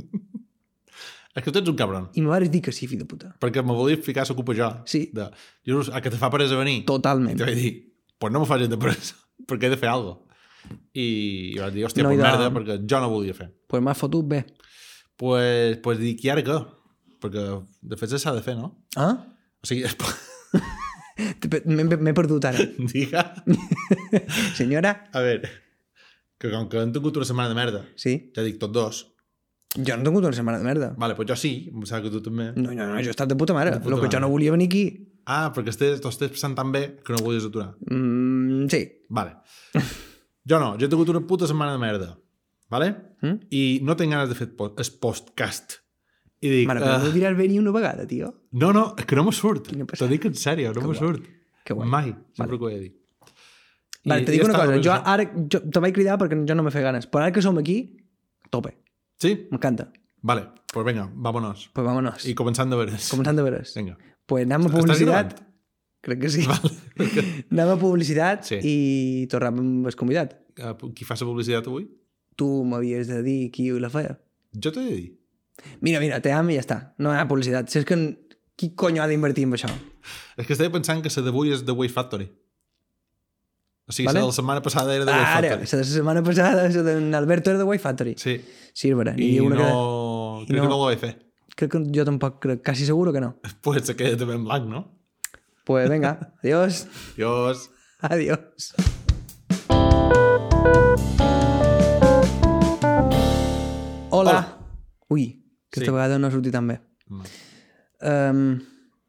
Speaker 1: És que tu ets un cabron.
Speaker 2: I me vas dir que sí, fill de puta.
Speaker 1: Perquè me volia ficar la culpa jo.
Speaker 2: Sí.
Speaker 1: De, jo, a que te fa peresa venir.
Speaker 2: Totalment.
Speaker 1: I te vaig dir, pues no me facis de peresa, <laughs> perquè he de fer alguna cosa. I, i vaig dir, hòstia,
Speaker 2: No
Speaker 1: no
Speaker 2: hi
Speaker 1: pues
Speaker 2: da-
Speaker 1: merda, perquè jo no volia fer.
Speaker 2: Pues m'has fotut bé.
Speaker 1: pues, pues dic, i ara què? Perquè de fet s'ha de fer, no?
Speaker 2: Ah?
Speaker 1: O sigui, es pot...
Speaker 2: T'he pe- M'he m'he perdut ara.
Speaker 1: <laughs> diga...
Speaker 2: Senyora?
Speaker 1: A veure, que com que han tingut una setmana de merda,
Speaker 2: Sí.
Speaker 1: ja dic tots dos,
Speaker 2: Jo no he tingut una setmana de merda.
Speaker 1: vale, pues jo sí, em sembla que tu també.
Speaker 2: No, no, no, jo he estat de puta mare.
Speaker 1: De
Speaker 2: De
Speaker 1: puta
Speaker 2: puta El que jo
Speaker 1: mare.
Speaker 2: no volia venir aquí.
Speaker 1: Ah, perquè estàs, t'ho estàs passant tan bé que no ho volies aturar.
Speaker 2: Mm, sí. <laughs>
Speaker 1: Vale. Jo no, jo he tingut una puta setmana de merda, vale?
Speaker 2: Mm?
Speaker 1: I no tinc ganes de fer po- el podcast. I dic,
Speaker 2: Mare, però
Speaker 1: eh,
Speaker 2: no diràs venir una vegada, tio.
Speaker 1: No, no, és que no me surt.
Speaker 2: Quina
Speaker 1: T'ho dic en sèrio, no me surt.
Speaker 2: Que guai.
Speaker 1: Mai, sempre que ho he de dir.
Speaker 2: Vale,
Speaker 1: I-
Speaker 2: te
Speaker 1: i
Speaker 2: dic una
Speaker 1: està
Speaker 2: cosa, jo
Speaker 1: organitzat.
Speaker 2: ara jo te vaig cridar perquè jo no me feia ganes, però ara que som aquí, tope,
Speaker 1: Sí?
Speaker 2: m'encanta.
Speaker 1: Vale, pues venga, vámonos.
Speaker 2: Pues vámonos,
Speaker 1: I començant de
Speaker 2: <laughs>
Speaker 1: veres.
Speaker 2: començant de veres.
Speaker 1: <laughs> Vinga.
Speaker 2: Pues anem a
Speaker 1: Estàs
Speaker 2: publicitat,
Speaker 1: gravant?
Speaker 2: crec que sí. <laughs> anem a publicitat
Speaker 1: Sí.
Speaker 2: i tornem amb el convidat.
Speaker 1: Eh, qui fa la publicitat avui?
Speaker 2: Tu m'havies de dir qui la feia.
Speaker 1: Jo t'he de dir.
Speaker 2: Mira, mira, te amo i ja està. No hi ha publicitat. Si és que n- qui conyo ha d'invertir en això?
Speaker 1: És que estava pensant que la d'avui és The Way Factory. O sigui,
Speaker 2: Vale.
Speaker 1: la de la setmana passada era The Way
Speaker 2: Ara,
Speaker 1: Factory.
Speaker 2: la de la setmana passada, la d'en Alberto era de Way Factory.
Speaker 1: Sí.
Speaker 2: Sí, és vera.
Speaker 1: I,
Speaker 2: n'hi ha
Speaker 1: no...
Speaker 2: una
Speaker 1: Que...
Speaker 2: i
Speaker 1: Crec que
Speaker 2: no-
Speaker 1: no la vaig fer.
Speaker 2: Crec que jo tampoc crec, quasi seguro que no.
Speaker 1: <laughs> Pues se queda també en blanc, no?
Speaker 2: <laughs> Pues venga, adiós,
Speaker 1: Adiós.
Speaker 2: adiós. Ui, aquesta
Speaker 1: Sí. Mm.
Speaker 2: sí. vegada no ha sortit tan bé.
Speaker 1: No.
Speaker 2: Um,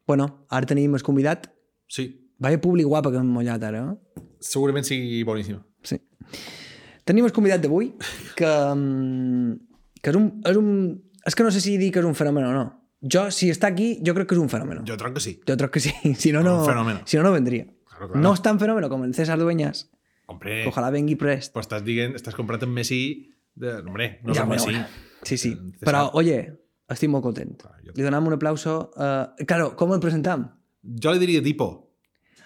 Speaker 2: bueno, ara tenim el convidat.
Speaker 1: Sí,
Speaker 2: Vaya publi guapa que hem mollat ara, eh?
Speaker 1: segurament sigui boníssima.
Speaker 2: Sí. Tenim el convidat d'avui, que, mm, que és, un, és un... És que no sé si dir que és un fenomen o no. Jo, si està aquí, jo crec que és un fenomen. Jo,
Speaker 1: Jo troc que sí.
Speaker 2: crec que sí. <laughs> Si no,
Speaker 1: Un
Speaker 2: no,
Speaker 1: fenómeno.
Speaker 2: si no, no vendria.
Speaker 1: Claro, claro.
Speaker 2: No és tan fenomen com el César Dueñas.
Speaker 1: Hombre,
Speaker 2: que Ojalà vengui prest.
Speaker 1: pues estàs, dient, estàs comprat amb Messi... De... Hombre, no
Speaker 2: Ja,
Speaker 1: som
Speaker 2: bueno,
Speaker 1: Messi.
Speaker 2: bueno. Sí, sí.
Speaker 1: Eh, César.
Speaker 2: Però, oye, estic molt content.
Speaker 1: Clar, jo-
Speaker 2: Li donam un aplauso. Uh, claro, com el presentam?
Speaker 1: Jo li diria Dipo,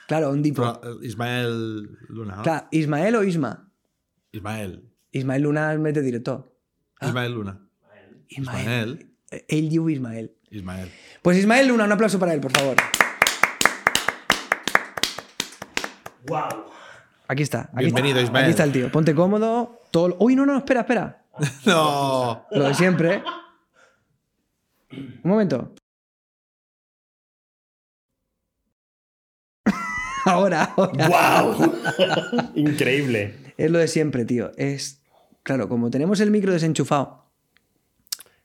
Speaker 2: Claro, un tipo.
Speaker 1: però eh, Ismael Luna, no?
Speaker 2: Clar, Ismael o Isma?
Speaker 1: Ismael.
Speaker 2: Ismael Luna és més de director.
Speaker 1: Ismael Luna.
Speaker 2: Ismael.
Speaker 1: Ismael.
Speaker 2: Ell diu Ismael.
Speaker 1: Ismael.
Speaker 2: Pues Ismael Luna, un aplauso para él, por favor.
Speaker 3: ¡Wow!
Speaker 2: Aquí está. Aquí
Speaker 1: Bienvenido,
Speaker 2: está.
Speaker 1: Ismael.
Speaker 2: Aquí está el tío. Ponte cómodo. Todo... lo- Uy, no, no, espera, espera.
Speaker 1: No!
Speaker 2: Lo de siempre. Un momento. <laughs> Ahora, ahora.
Speaker 3: ¡Wow! <laughs> Increíble.
Speaker 2: Es lo de siempre, tío. Es. Claro, como tenemos el micro desenchufado.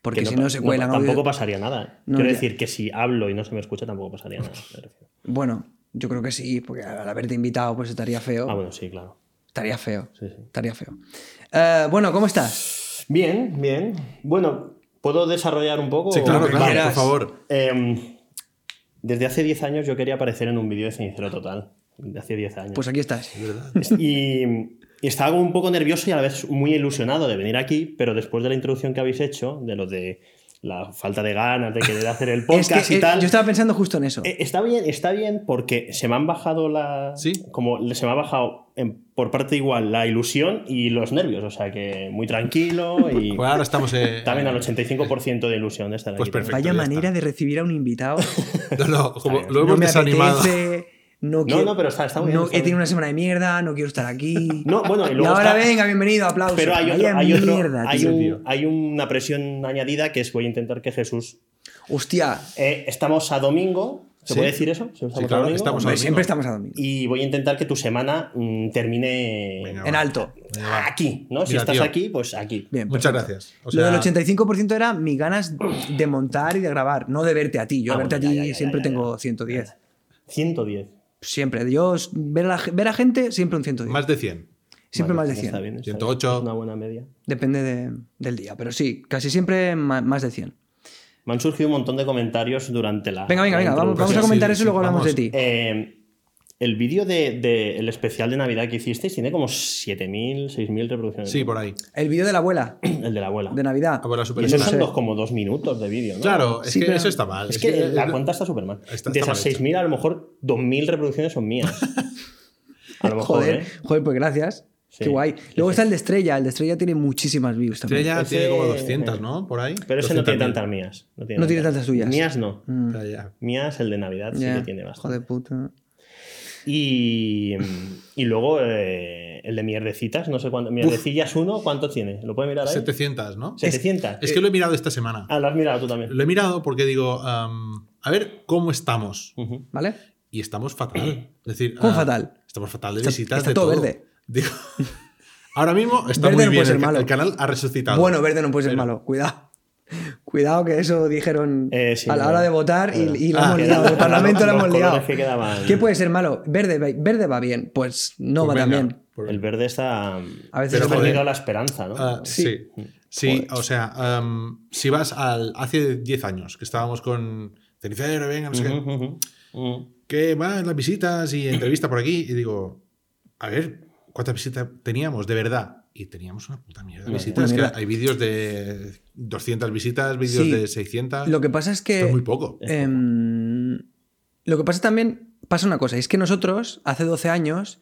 Speaker 2: Porque
Speaker 3: Que
Speaker 2: si no se cuela, ¿no?
Speaker 3: Tampoco pasaría nada. ¿eh?
Speaker 2: No,
Speaker 3: Quiero
Speaker 2: ya.
Speaker 3: decir que si hablo y no se me escucha, tampoco pasaría nada. me refiero.
Speaker 2: Bueno, yo creo que sí, porque al haberte invitado, pues estaría feo.
Speaker 3: Ah, bueno, sí, claro.
Speaker 2: Estaría feo.
Speaker 3: Sí, sí.
Speaker 2: Estaría feo. Eh, bueno, ¿cómo estás?
Speaker 3: Bien, bien. Bueno, ¿puedo desarrollar un poco?
Speaker 1: Sí, claro,
Speaker 2: que
Speaker 1: claro,
Speaker 2: quieras.
Speaker 1: por favor.
Speaker 3: Em, desde hace 10 años yo quería aparecer en un vídeo de Cenicero Total. De hace 10 años.
Speaker 2: Pues aquí estás.
Speaker 3: <laughs> Y, y estaba como un poco nervioso y a la vez muy ilusionado de venir aquí, pero después de la introducción que habéis hecho, de lo de la falta de ganas, de querer hacer
Speaker 2: <laughs>
Speaker 3: el
Speaker 2: Es
Speaker 3: podcast
Speaker 2: que,
Speaker 3: y
Speaker 2: eh,
Speaker 3: tal.
Speaker 2: yo estaba pensando justo en eso.
Speaker 3: Eh, Está bien, está bien porque se me han bajado la.
Speaker 1: Sí.
Speaker 3: Como le- se me ha bajado en- por parte igual la ilusión y los nervios. O sea que muy tranquilo
Speaker 1: <laughs>
Speaker 3: y.
Speaker 1: Pues ahora estamos... Eh,
Speaker 3: También al 85% de ilusión de estar
Speaker 1: Pues
Speaker 3: aquí también.
Speaker 1: perfecto.
Speaker 2: Vaya
Speaker 1: ya
Speaker 2: manera
Speaker 1: está.
Speaker 2: de recibir a un
Speaker 3: <laughs>
Speaker 2: invitado.
Speaker 1: No, no, como
Speaker 3: bien.
Speaker 1: lo hemos
Speaker 2: no me
Speaker 1: desanimado.
Speaker 2: apetece. No, quiero,
Speaker 3: no, pero está- está muy bien,
Speaker 2: no-
Speaker 3: está
Speaker 2: he tenido
Speaker 3: bien.
Speaker 2: una semana de mierda, no quiero estar aquí.
Speaker 3: <laughs> No, bueno, y
Speaker 2: y,
Speaker 3: luego
Speaker 2: ahora
Speaker 3: está-
Speaker 2: venga, bienvenido, aplausos.
Speaker 3: Pero hay, otro,
Speaker 2: Vaya
Speaker 3: hay, otro-
Speaker 2: mierda,
Speaker 3: hay
Speaker 2: tío.
Speaker 3: un-
Speaker 1: tío.
Speaker 3: hay una presión añadida que es voy a intentar que Jesús.
Speaker 2: Hostia,
Speaker 3: Eh, estamos a domingo. ¿Se
Speaker 1: Sí.
Speaker 3: puede decir eso? Estamos
Speaker 1: Sí, claro, estamos a
Speaker 2: hombre,
Speaker 1: domingo.
Speaker 2: siempre estamos a domingo.
Speaker 3: Y voy a intentar que tu semana mm, termine
Speaker 1: Venga,
Speaker 2: En
Speaker 1: va.
Speaker 2: alto.
Speaker 1: Venga, va.
Speaker 3: aquí, ¿no? si
Speaker 1: Mira,
Speaker 3: estás
Speaker 1: tío.
Speaker 3: aquí, pues aquí.
Speaker 2: Bien,
Speaker 1: Muchas
Speaker 2: perfecto.
Speaker 1: gracias. O
Speaker 2: Lo
Speaker 1: sea,
Speaker 2: del 85% era mis ganas de montar y de grabar, no de verte a ti. Yo
Speaker 3: Ah,
Speaker 2: a verte
Speaker 3: bueno,
Speaker 2: a ti
Speaker 3: ya, ya, ya,
Speaker 2: siempre
Speaker 3: ya, ya.
Speaker 2: tengo 110.
Speaker 3: 110.
Speaker 2: Siempre. Yo ver a, la, ver a gente siempre un 110.
Speaker 1: Más de 100.
Speaker 2: siempre
Speaker 3: Vale,
Speaker 2: más de 100.
Speaker 3: Está bien, está bien.
Speaker 1: 108.
Speaker 3: Es una buena media.
Speaker 2: Depende de- del día. Pero sí, casi siempre ma- más de 100.
Speaker 3: Me han surgido un montón de comentarios durante la.
Speaker 2: Venga, venga,
Speaker 3: la
Speaker 2: venga. Vamos, vamos a
Speaker 3: introducción.
Speaker 1: Sí,
Speaker 2: comentar
Speaker 1: sí,
Speaker 2: eso
Speaker 1: sí,
Speaker 2: y luego hablamos
Speaker 1: vamos.
Speaker 2: de ti.
Speaker 3: Eh, el vídeo del de, el especial de Navidad que hicisteis tiene como 7.000, 6.000 reproducciones.
Speaker 1: Sí, por ahí. Ah,
Speaker 2: El vídeo de la abuela,
Speaker 3: El de la abuela.
Speaker 2: de Navidad.
Speaker 1: Abuela
Speaker 3: Y esos
Speaker 1: superestrella.
Speaker 3: son
Speaker 2: Sí.
Speaker 3: dos- como dos minutos de vídeo, ¿no?
Speaker 1: Claro, es
Speaker 2: Sí,
Speaker 1: que
Speaker 2: pero-
Speaker 1: eso está mal.
Speaker 3: Es que la cuenta está súper mal.
Speaker 1: Está- está
Speaker 3: de esas
Speaker 1: mal hecha.
Speaker 3: 6.000, a lo mejor 2.000 reproducciones son mías. A lo mejor,
Speaker 2: Joder,
Speaker 3: ¿eh?
Speaker 2: joder, pues gracias.
Speaker 3: Sí.
Speaker 2: Qué guay.
Speaker 3: Sí,
Speaker 2: Luego
Speaker 3: sí.
Speaker 2: está el de Estrella. El de Estrella tiene muchísimas views también.
Speaker 1: Estrella
Speaker 3: Ese-
Speaker 1: tiene como 200, ¿no? Por ahí.
Speaker 3: Pero ese no tiene
Speaker 1: 200.000.
Speaker 3: tantas mías. No tiene,
Speaker 2: No tiene tantas tuyas.
Speaker 3: Mías no.
Speaker 2: Mm,
Speaker 1: Ya, ya.
Speaker 3: Mías, el de Navidad, sí
Speaker 2: ya.
Speaker 3: que tiene bastante.
Speaker 2: Joder, puta.
Speaker 3: Y, y luego eh, el de mierdecitas, no sé cuánto. Mierdecillas 1, ¿cuánto tiene? ¿Lo puedes mirar ahí?
Speaker 1: 700, ¿no?
Speaker 3: 700.
Speaker 1: Es que lo he mirado esta semana.
Speaker 3: Ah, lo has mirado tú también.
Speaker 1: Lo he mirado porque digo, am, a ver cómo estamos.
Speaker 3: Ujú.
Speaker 2: ¿Vale?
Speaker 1: Y estamos fatal. Es decir,
Speaker 2: Eh, ¿Cómo
Speaker 1: ah,
Speaker 2: fatal?
Speaker 1: Estamos fatal de
Speaker 2: Está-
Speaker 1: visitas.
Speaker 2: está
Speaker 1: de
Speaker 2: todo verde.
Speaker 1: <laughs> Digo, ahora mismo está
Speaker 2: Verde
Speaker 1: muy
Speaker 2: no puede
Speaker 1: bien.
Speaker 2: ser
Speaker 1: el, ca-
Speaker 2: malo.
Speaker 1: el canal ha resucitado.
Speaker 2: Bueno, verde no puede ser
Speaker 1: Pero-
Speaker 2: malo. Cuidado. <laughs> Cuidado que eso dijeron
Speaker 3: Eh, sí,
Speaker 2: a la
Speaker 3: bueno.
Speaker 2: hora de votar y,
Speaker 3: Bueno.
Speaker 2: y la
Speaker 1: Ah,
Speaker 2: hemos
Speaker 1: que
Speaker 2: liado.
Speaker 3: los-
Speaker 2: El Parlamento la
Speaker 3: los
Speaker 2: hemos
Speaker 3: colores
Speaker 2: liado.
Speaker 3: que quedaban-
Speaker 2: ¿Qué puede ser malo? Verde, va- verde va bien, pues no
Speaker 1: Pues
Speaker 2: va
Speaker 1: venga,
Speaker 2: tan bien.
Speaker 1: por-
Speaker 3: El verde está.
Speaker 2: A veces
Speaker 3: Pero
Speaker 1: Pero,
Speaker 3: ha
Speaker 1: joder.
Speaker 3: perdido la esperanza, ¿no?
Speaker 1: Ah, sí. Sí, o sea, am, si vas al. Hace 10 años que estábamos con. Cenicero, venga, no sé qué.
Speaker 3: Ujú, ujú, ujú.
Speaker 1: que van las visitas y entrevista por aquí. Y digo, a ver, ¿cuántas visitas teníamos de verdad? Y teníamos una puta mierda de
Speaker 3: Vale.
Speaker 1: visitas.
Speaker 2: Pues
Speaker 1: que
Speaker 2: mira.
Speaker 1: hay vídeos de 200 visitas, vídeos
Speaker 2: Sí.
Speaker 1: de 600.
Speaker 2: Lo que pasa es que.
Speaker 1: Esto es muy poco.
Speaker 2: em, lo que pasa también. Pasa una cosa, y es que nosotros, hace 12 años,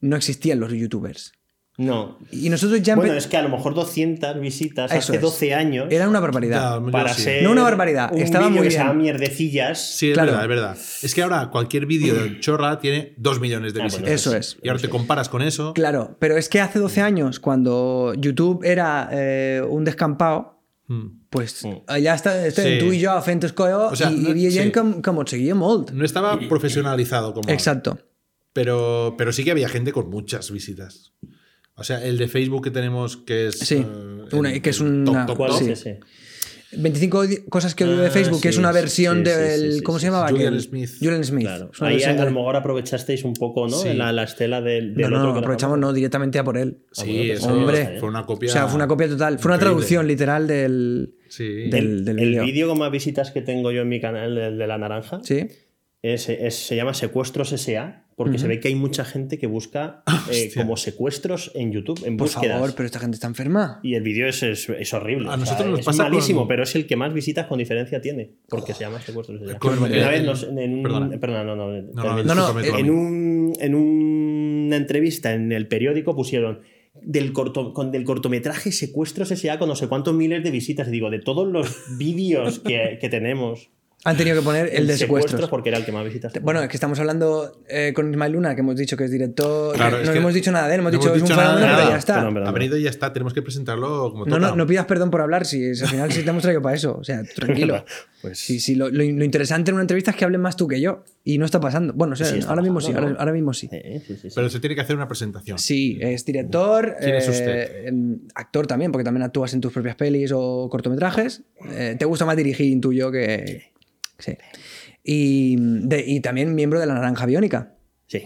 Speaker 2: no existían los youtubers.
Speaker 3: No.
Speaker 2: Y nosotros ya.
Speaker 3: Bueno,
Speaker 2: empe-
Speaker 3: es que a lo mejor 200 visitas
Speaker 2: Eso
Speaker 3: hace
Speaker 2: es.
Speaker 3: 12 años.
Speaker 2: Era una barbaridad.
Speaker 1: Ya, yo
Speaker 3: para
Speaker 1: sí.
Speaker 3: ser.
Speaker 2: No una barbaridad,
Speaker 3: un
Speaker 2: estaba
Speaker 3: vídeo
Speaker 2: muy
Speaker 3: que
Speaker 2: bien.
Speaker 3: se llama mierdecillas.
Speaker 1: Sí, es
Speaker 2: Claro.
Speaker 1: verdad, es verdad. Es que ahora cualquier vídeo de chorra tiene 2 millones de
Speaker 3: Ah, bueno,
Speaker 1: visitas.
Speaker 2: Eso es.
Speaker 1: Y ahora te comparas con eso.
Speaker 2: Claro, pero es que hace 12 años, cuando YouTube era eh, un descampado,
Speaker 1: Mm.
Speaker 2: pues este,
Speaker 3: Mm.
Speaker 2: allà està, estàvem
Speaker 1: Sí.
Speaker 2: tu i jo fent el coeo
Speaker 1: O sea,
Speaker 2: i hi havia
Speaker 1: no-
Speaker 2: gent
Speaker 1: sí.
Speaker 2: que, que mos seguia molt.
Speaker 1: No estaba profesionalizado como. ahora.
Speaker 2: Exacto.
Speaker 1: Pero, pero sí que había gente con muchas visitas. O sea, el de Facebook que tenemos, que es.
Speaker 2: Sí,
Speaker 1: eh,
Speaker 2: una-
Speaker 1: el-
Speaker 2: que es
Speaker 1: el
Speaker 2: una-
Speaker 3: ¿Cuál
Speaker 2: Sí.
Speaker 3: es ese?
Speaker 2: 25 odio- cosas que odio de
Speaker 1: Ah,
Speaker 2: Facebook, que
Speaker 1: sí,
Speaker 2: es una
Speaker 1: sí,
Speaker 2: versión
Speaker 3: sí, sí,
Speaker 2: del.
Speaker 3: sí, sí,
Speaker 2: ¿Cómo
Speaker 3: sí,
Speaker 2: se llamaba?
Speaker 1: Julian
Speaker 2: aquel?
Speaker 1: Smith.
Speaker 2: Julian Smith.
Speaker 3: Claro.
Speaker 2: Es una
Speaker 3: Ahí
Speaker 2: versión
Speaker 3: a,
Speaker 2: de-
Speaker 3: a lo mejor aprovechasteis un poco, ¿no?
Speaker 1: Sí.
Speaker 3: En La, la estela del,
Speaker 2: No,
Speaker 3: del otro.
Speaker 2: no,
Speaker 3: que era
Speaker 2: aprovechamos,
Speaker 3: famoso.
Speaker 2: no, directamente a por él.
Speaker 1: Sí,
Speaker 3: bueno,
Speaker 1: eso
Speaker 2: hombre.
Speaker 1: fue una copia.
Speaker 2: o sea, fue una copia total. Fue una
Speaker 1: increíble.
Speaker 2: traducción literal del.
Speaker 1: Sí.
Speaker 2: del-
Speaker 3: El-
Speaker 2: del
Speaker 3: el
Speaker 2: vídeo.
Speaker 3: vídeo con más visitas que tengo yo en mi canal el de la naranja
Speaker 2: Sí.
Speaker 3: es- es- se llama Secuestros S.A. porque se ve que hay mucha gente que busca
Speaker 2: <laughs>
Speaker 3: eh,
Speaker 1: Hostia.
Speaker 3: como secuestros en YouTube, en
Speaker 2: Por
Speaker 3: búsquedas.
Speaker 2: favor, pero esta gente está enferma.
Speaker 3: Y el vídeo es, es- es horrible.
Speaker 1: A
Speaker 3: o sea,
Speaker 1: nosotros nos
Speaker 3: es
Speaker 1: pasa con-
Speaker 3: malísimo, pero es el que más visitas con diferencia tiene, porque se llama secuestros S.A.
Speaker 1: Con-
Speaker 3: Una
Speaker 1: eh,
Speaker 3: vez nos- en un-
Speaker 1: perdona.
Speaker 3: perdona, no, no, termina.
Speaker 1: no,
Speaker 2: No, no,
Speaker 1: discúlpame,
Speaker 2: eh,
Speaker 1: Tommy.
Speaker 3: en, un- en una entrevista en el periódico pusieron del, corto, con, del cortometraje Secuestros S.A. con no sé cuántos miles de visitas. Y digo, de todos
Speaker 2: <laughs>
Speaker 3: los vídeos que, que tenemos.
Speaker 2: Han tenido que poner el de secuestros.
Speaker 3: porque era el que más visitas. tenía.
Speaker 2: Bueno, es que estamos hablando eh, con con Ismael Luna, que hemos dicho que es director.
Speaker 1: Claro,
Speaker 2: no
Speaker 1: es
Speaker 2: le
Speaker 1: que
Speaker 2: hemos dicho nada de él, hemos
Speaker 1: no
Speaker 2: dicho
Speaker 1: hemos
Speaker 2: que es un
Speaker 1: dicho nada,
Speaker 2: fenómeno, pero
Speaker 1: nada. pues
Speaker 2: ya está.
Speaker 3: Perdón, perdón.
Speaker 1: Ha venido y ya está, tenemos que presentarlo como
Speaker 2: No,
Speaker 1: toca.
Speaker 2: no, no pidas perdón por hablar si es- al final si te hemos traído para eso. O
Speaker 1: <laughs>
Speaker 2: sea, tranquilo.
Speaker 3: Pues-
Speaker 2: Sí, sí, lo, lo- lo interesante en una entrevista es que hablen más tú que yo. Y no está pasando. Bueno, o sea,
Speaker 3: Sí, está
Speaker 2: ahora mismo
Speaker 3: pasando,
Speaker 2: sí, ahora,
Speaker 3: ¿no?
Speaker 2: ahora mismo sí.
Speaker 3: Eh, sí, sí, sí.
Speaker 1: Pero se tiene que hacer una presentación.
Speaker 2: Sí, es director,
Speaker 1: ¿Quién es
Speaker 2: eh,
Speaker 1: usted?
Speaker 2: em, actor también, porque también actúas en tus propias pelis o cortometrajes. Eh, te gusta más dirigir, intuyo, que... Sí. Y, de- y también miembro de la Naranja Biónica.
Speaker 3: Sí.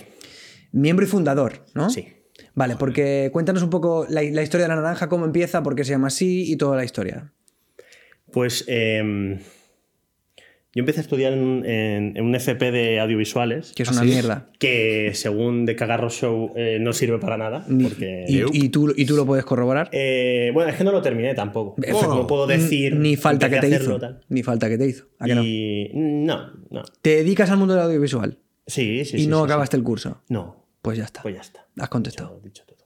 Speaker 2: Miembro y fundador, ¿no?
Speaker 3: Sí.
Speaker 2: Vale, porque cuéntanos un poco la, la historia de la naranja, cómo empieza, por qué se llama así y toda la historia.
Speaker 3: Pues em, yo empecé a estudiar en, en- en un FP de audiovisuales
Speaker 2: Que es
Speaker 1: ¿Ah,
Speaker 2: una
Speaker 1: sí?
Speaker 2: mierda.
Speaker 3: que según The Cagarro Show eh, no sirve para nada.
Speaker 2: Ni-
Speaker 3: Porque,
Speaker 2: y,
Speaker 1: Yep.
Speaker 2: y tú, y tú lo puedes corroborar.
Speaker 3: Eh, bueno, es que no lo terminé tampoco.
Speaker 1: Efectivamente.
Speaker 3: No puedo decir.
Speaker 2: ni falta que
Speaker 3: empecé
Speaker 2: te
Speaker 3: a hacerlo,
Speaker 2: hizo.
Speaker 3: tal.
Speaker 2: Ni falta que te hizo. ¿A que no?
Speaker 3: Y no, no.
Speaker 2: Te dedicas al mundo del audiovisual
Speaker 3: Sí, sí.
Speaker 2: y
Speaker 3: sí,
Speaker 2: no
Speaker 3: sí,
Speaker 2: acabaste el curso.
Speaker 3: sí. No,
Speaker 2: Pues ya está.
Speaker 3: pues ya está.
Speaker 2: Has contestado.
Speaker 3: Lo he dicho todo.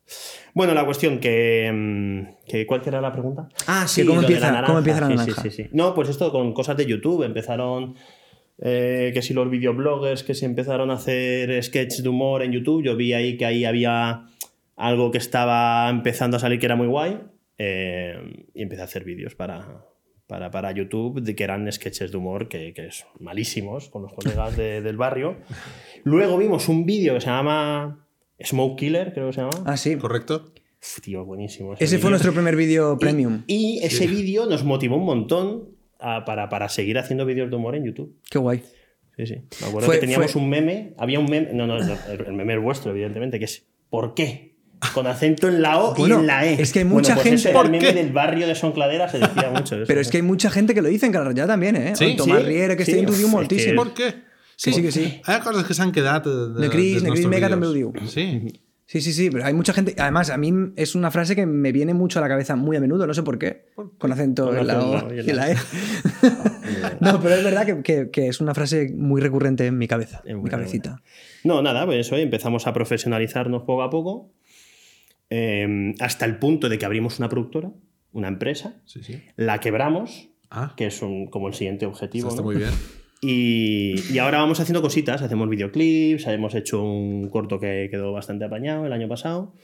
Speaker 3: Bueno, la cuestión que, mm, que ¿cuál que era la pregunta? Ah,
Speaker 2: que cómo
Speaker 3: lo de
Speaker 2: empieza- cómo empieza la
Speaker 3: Sí,
Speaker 2: naranja.
Speaker 3: Sí, sí, sí. No, pues esto con cosas de YouTube empezaron eh, que si los videobloggers que se empezaron a hacer sketches de humor en YouTube, yo vi ahí que ahí había algo que estaba empezando a salir que era muy guay eh, y empecé a hacer vídeos para, para, para YouTube de que eran sketches de humor que, que es malísimos con los colegas de- del barrio. Luego vimos un vídeo que se llama Smoke Killer, creo que se llama.
Speaker 2: Ah, sí.
Speaker 1: ¿Correcto?
Speaker 3: Uf, tío, buenísimo.
Speaker 2: Ese fue
Speaker 3: vídeo.
Speaker 2: nuestro primer vídeo premium.
Speaker 3: Pues, Y ese vídeo nos motivó un montón a- para, para seguir haciendo vídeos de humor en YouTube.
Speaker 2: Qué guay.
Speaker 3: Sí, sí. Me acuerdo
Speaker 2: Fue-
Speaker 3: que teníamos
Speaker 2: fue-
Speaker 3: un meme, había un meme, no, no, el, el meme es vuestro, evidentemente, que es ¿por qué? Con acento en la O
Speaker 2: Bueno,
Speaker 3: y en la E.
Speaker 2: es que hay
Speaker 3: Bueno,
Speaker 2: mucha
Speaker 3: pues
Speaker 2: gente-
Speaker 3: ese era
Speaker 1: ¿Por
Speaker 3: el
Speaker 1: qué?
Speaker 3: meme del barrio de Soncladera se decía mucho. eso.
Speaker 2: Pero es que hay mucha gente que lo dice en Carlos ya también, ¿eh?
Speaker 1: Sí,
Speaker 2: Sí, Tomás
Speaker 3: sí,
Speaker 2: Riera, que
Speaker 3: sí.
Speaker 2: está en tu vídeo
Speaker 1: Sí.
Speaker 3: Uf, Sí.
Speaker 2: moltíssim.
Speaker 1: ¿Por qué?
Speaker 2: Que sí, que sí.
Speaker 1: Hay cosas que se han quedado de, de,
Speaker 2: De Chris,
Speaker 1: dels
Speaker 2: de Chris
Speaker 1: nostres
Speaker 2: Mega
Speaker 1: vídeos.
Speaker 2: també ho diu.
Speaker 1: Sí.
Speaker 2: Sí, sí, sí, pero hay mucha gente. Además, a mí es una frase que me viene mucho a la cabeza muy a menudo, no sé por qué. Con acento
Speaker 3: Con
Speaker 2: en la
Speaker 3: acento
Speaker 2: O y en la E.
Speaker 3: <laughs>
Speaker 2: no, pero es verdad que, que- que es una frase muy recurrente en mi cabeza,
Speaker 3: Es
Speaker 2: en mi
Speaker 3: buena,
Speaker 2: cabecita.
Speaker 3: No, nada, pues eso, ¿eh? empezamos a profesionalizarnos poco a poco, eh, hasta el punto de que abrimos una productora, una empresa,
Speaker 1: Sí, sí.
Speaker 3: la quebramos,
Speaker 1: Ah,
Speaker 3: que es un- como el siguiente objetivo.
Speaker 1: eso está
Speaker 3: ¿no?
Speaker 1: muy bien.
Speaker 3: Y, y ahora vamos haciendo cositas, hacemos videoclips, hemos hecho un corto que quedó bastante apañado el año pasado,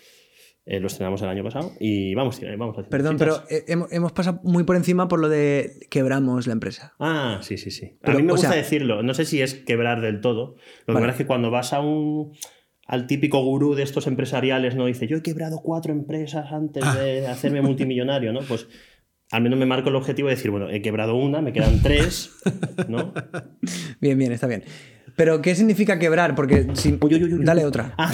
Speaker 3: eh, lo estrenamos el año pasado y vamos, tira- vamos haciendo
Speaker 2: Perdón,
Speaker 3: cositas.
Speaker 2: pero eh, hemos, hemos pasado muy por encima por lo de quebramos la empresa.
Speaker 3: Ah, sí, sí, sí.
Speaker 2: Pero,
Speaker 3: a mí me
Speaker 2: o
Speaker 3: gusta
Speaker 2: sea-
Speaker 3: decirlo, no sé si es quebrar del todo, lo
Speaker 2: Vale.
Speaker 3: que pasa es que cuando vas a un... Al típico gurú de estos empresariales, ¿no? Dice, yo he quebrado cuatro empresas antes
Speaker 2: Ah.
Speaker 3: de hacerme multimillonario, ¿no? Pues al menos me marco el objetivo de decir, bueno, he quebrado una, me quedan tres,
Speaker 2: <laughs>
Speaker 3: ¿no?
Speaker 2: Bien, bien, está bien. Pero, ¿qué significa quebrar? Porque si...
Speaker 3: Uy, uy, uy, uy.
Speaker 2: Dale otra.
Speaker 3: Ah,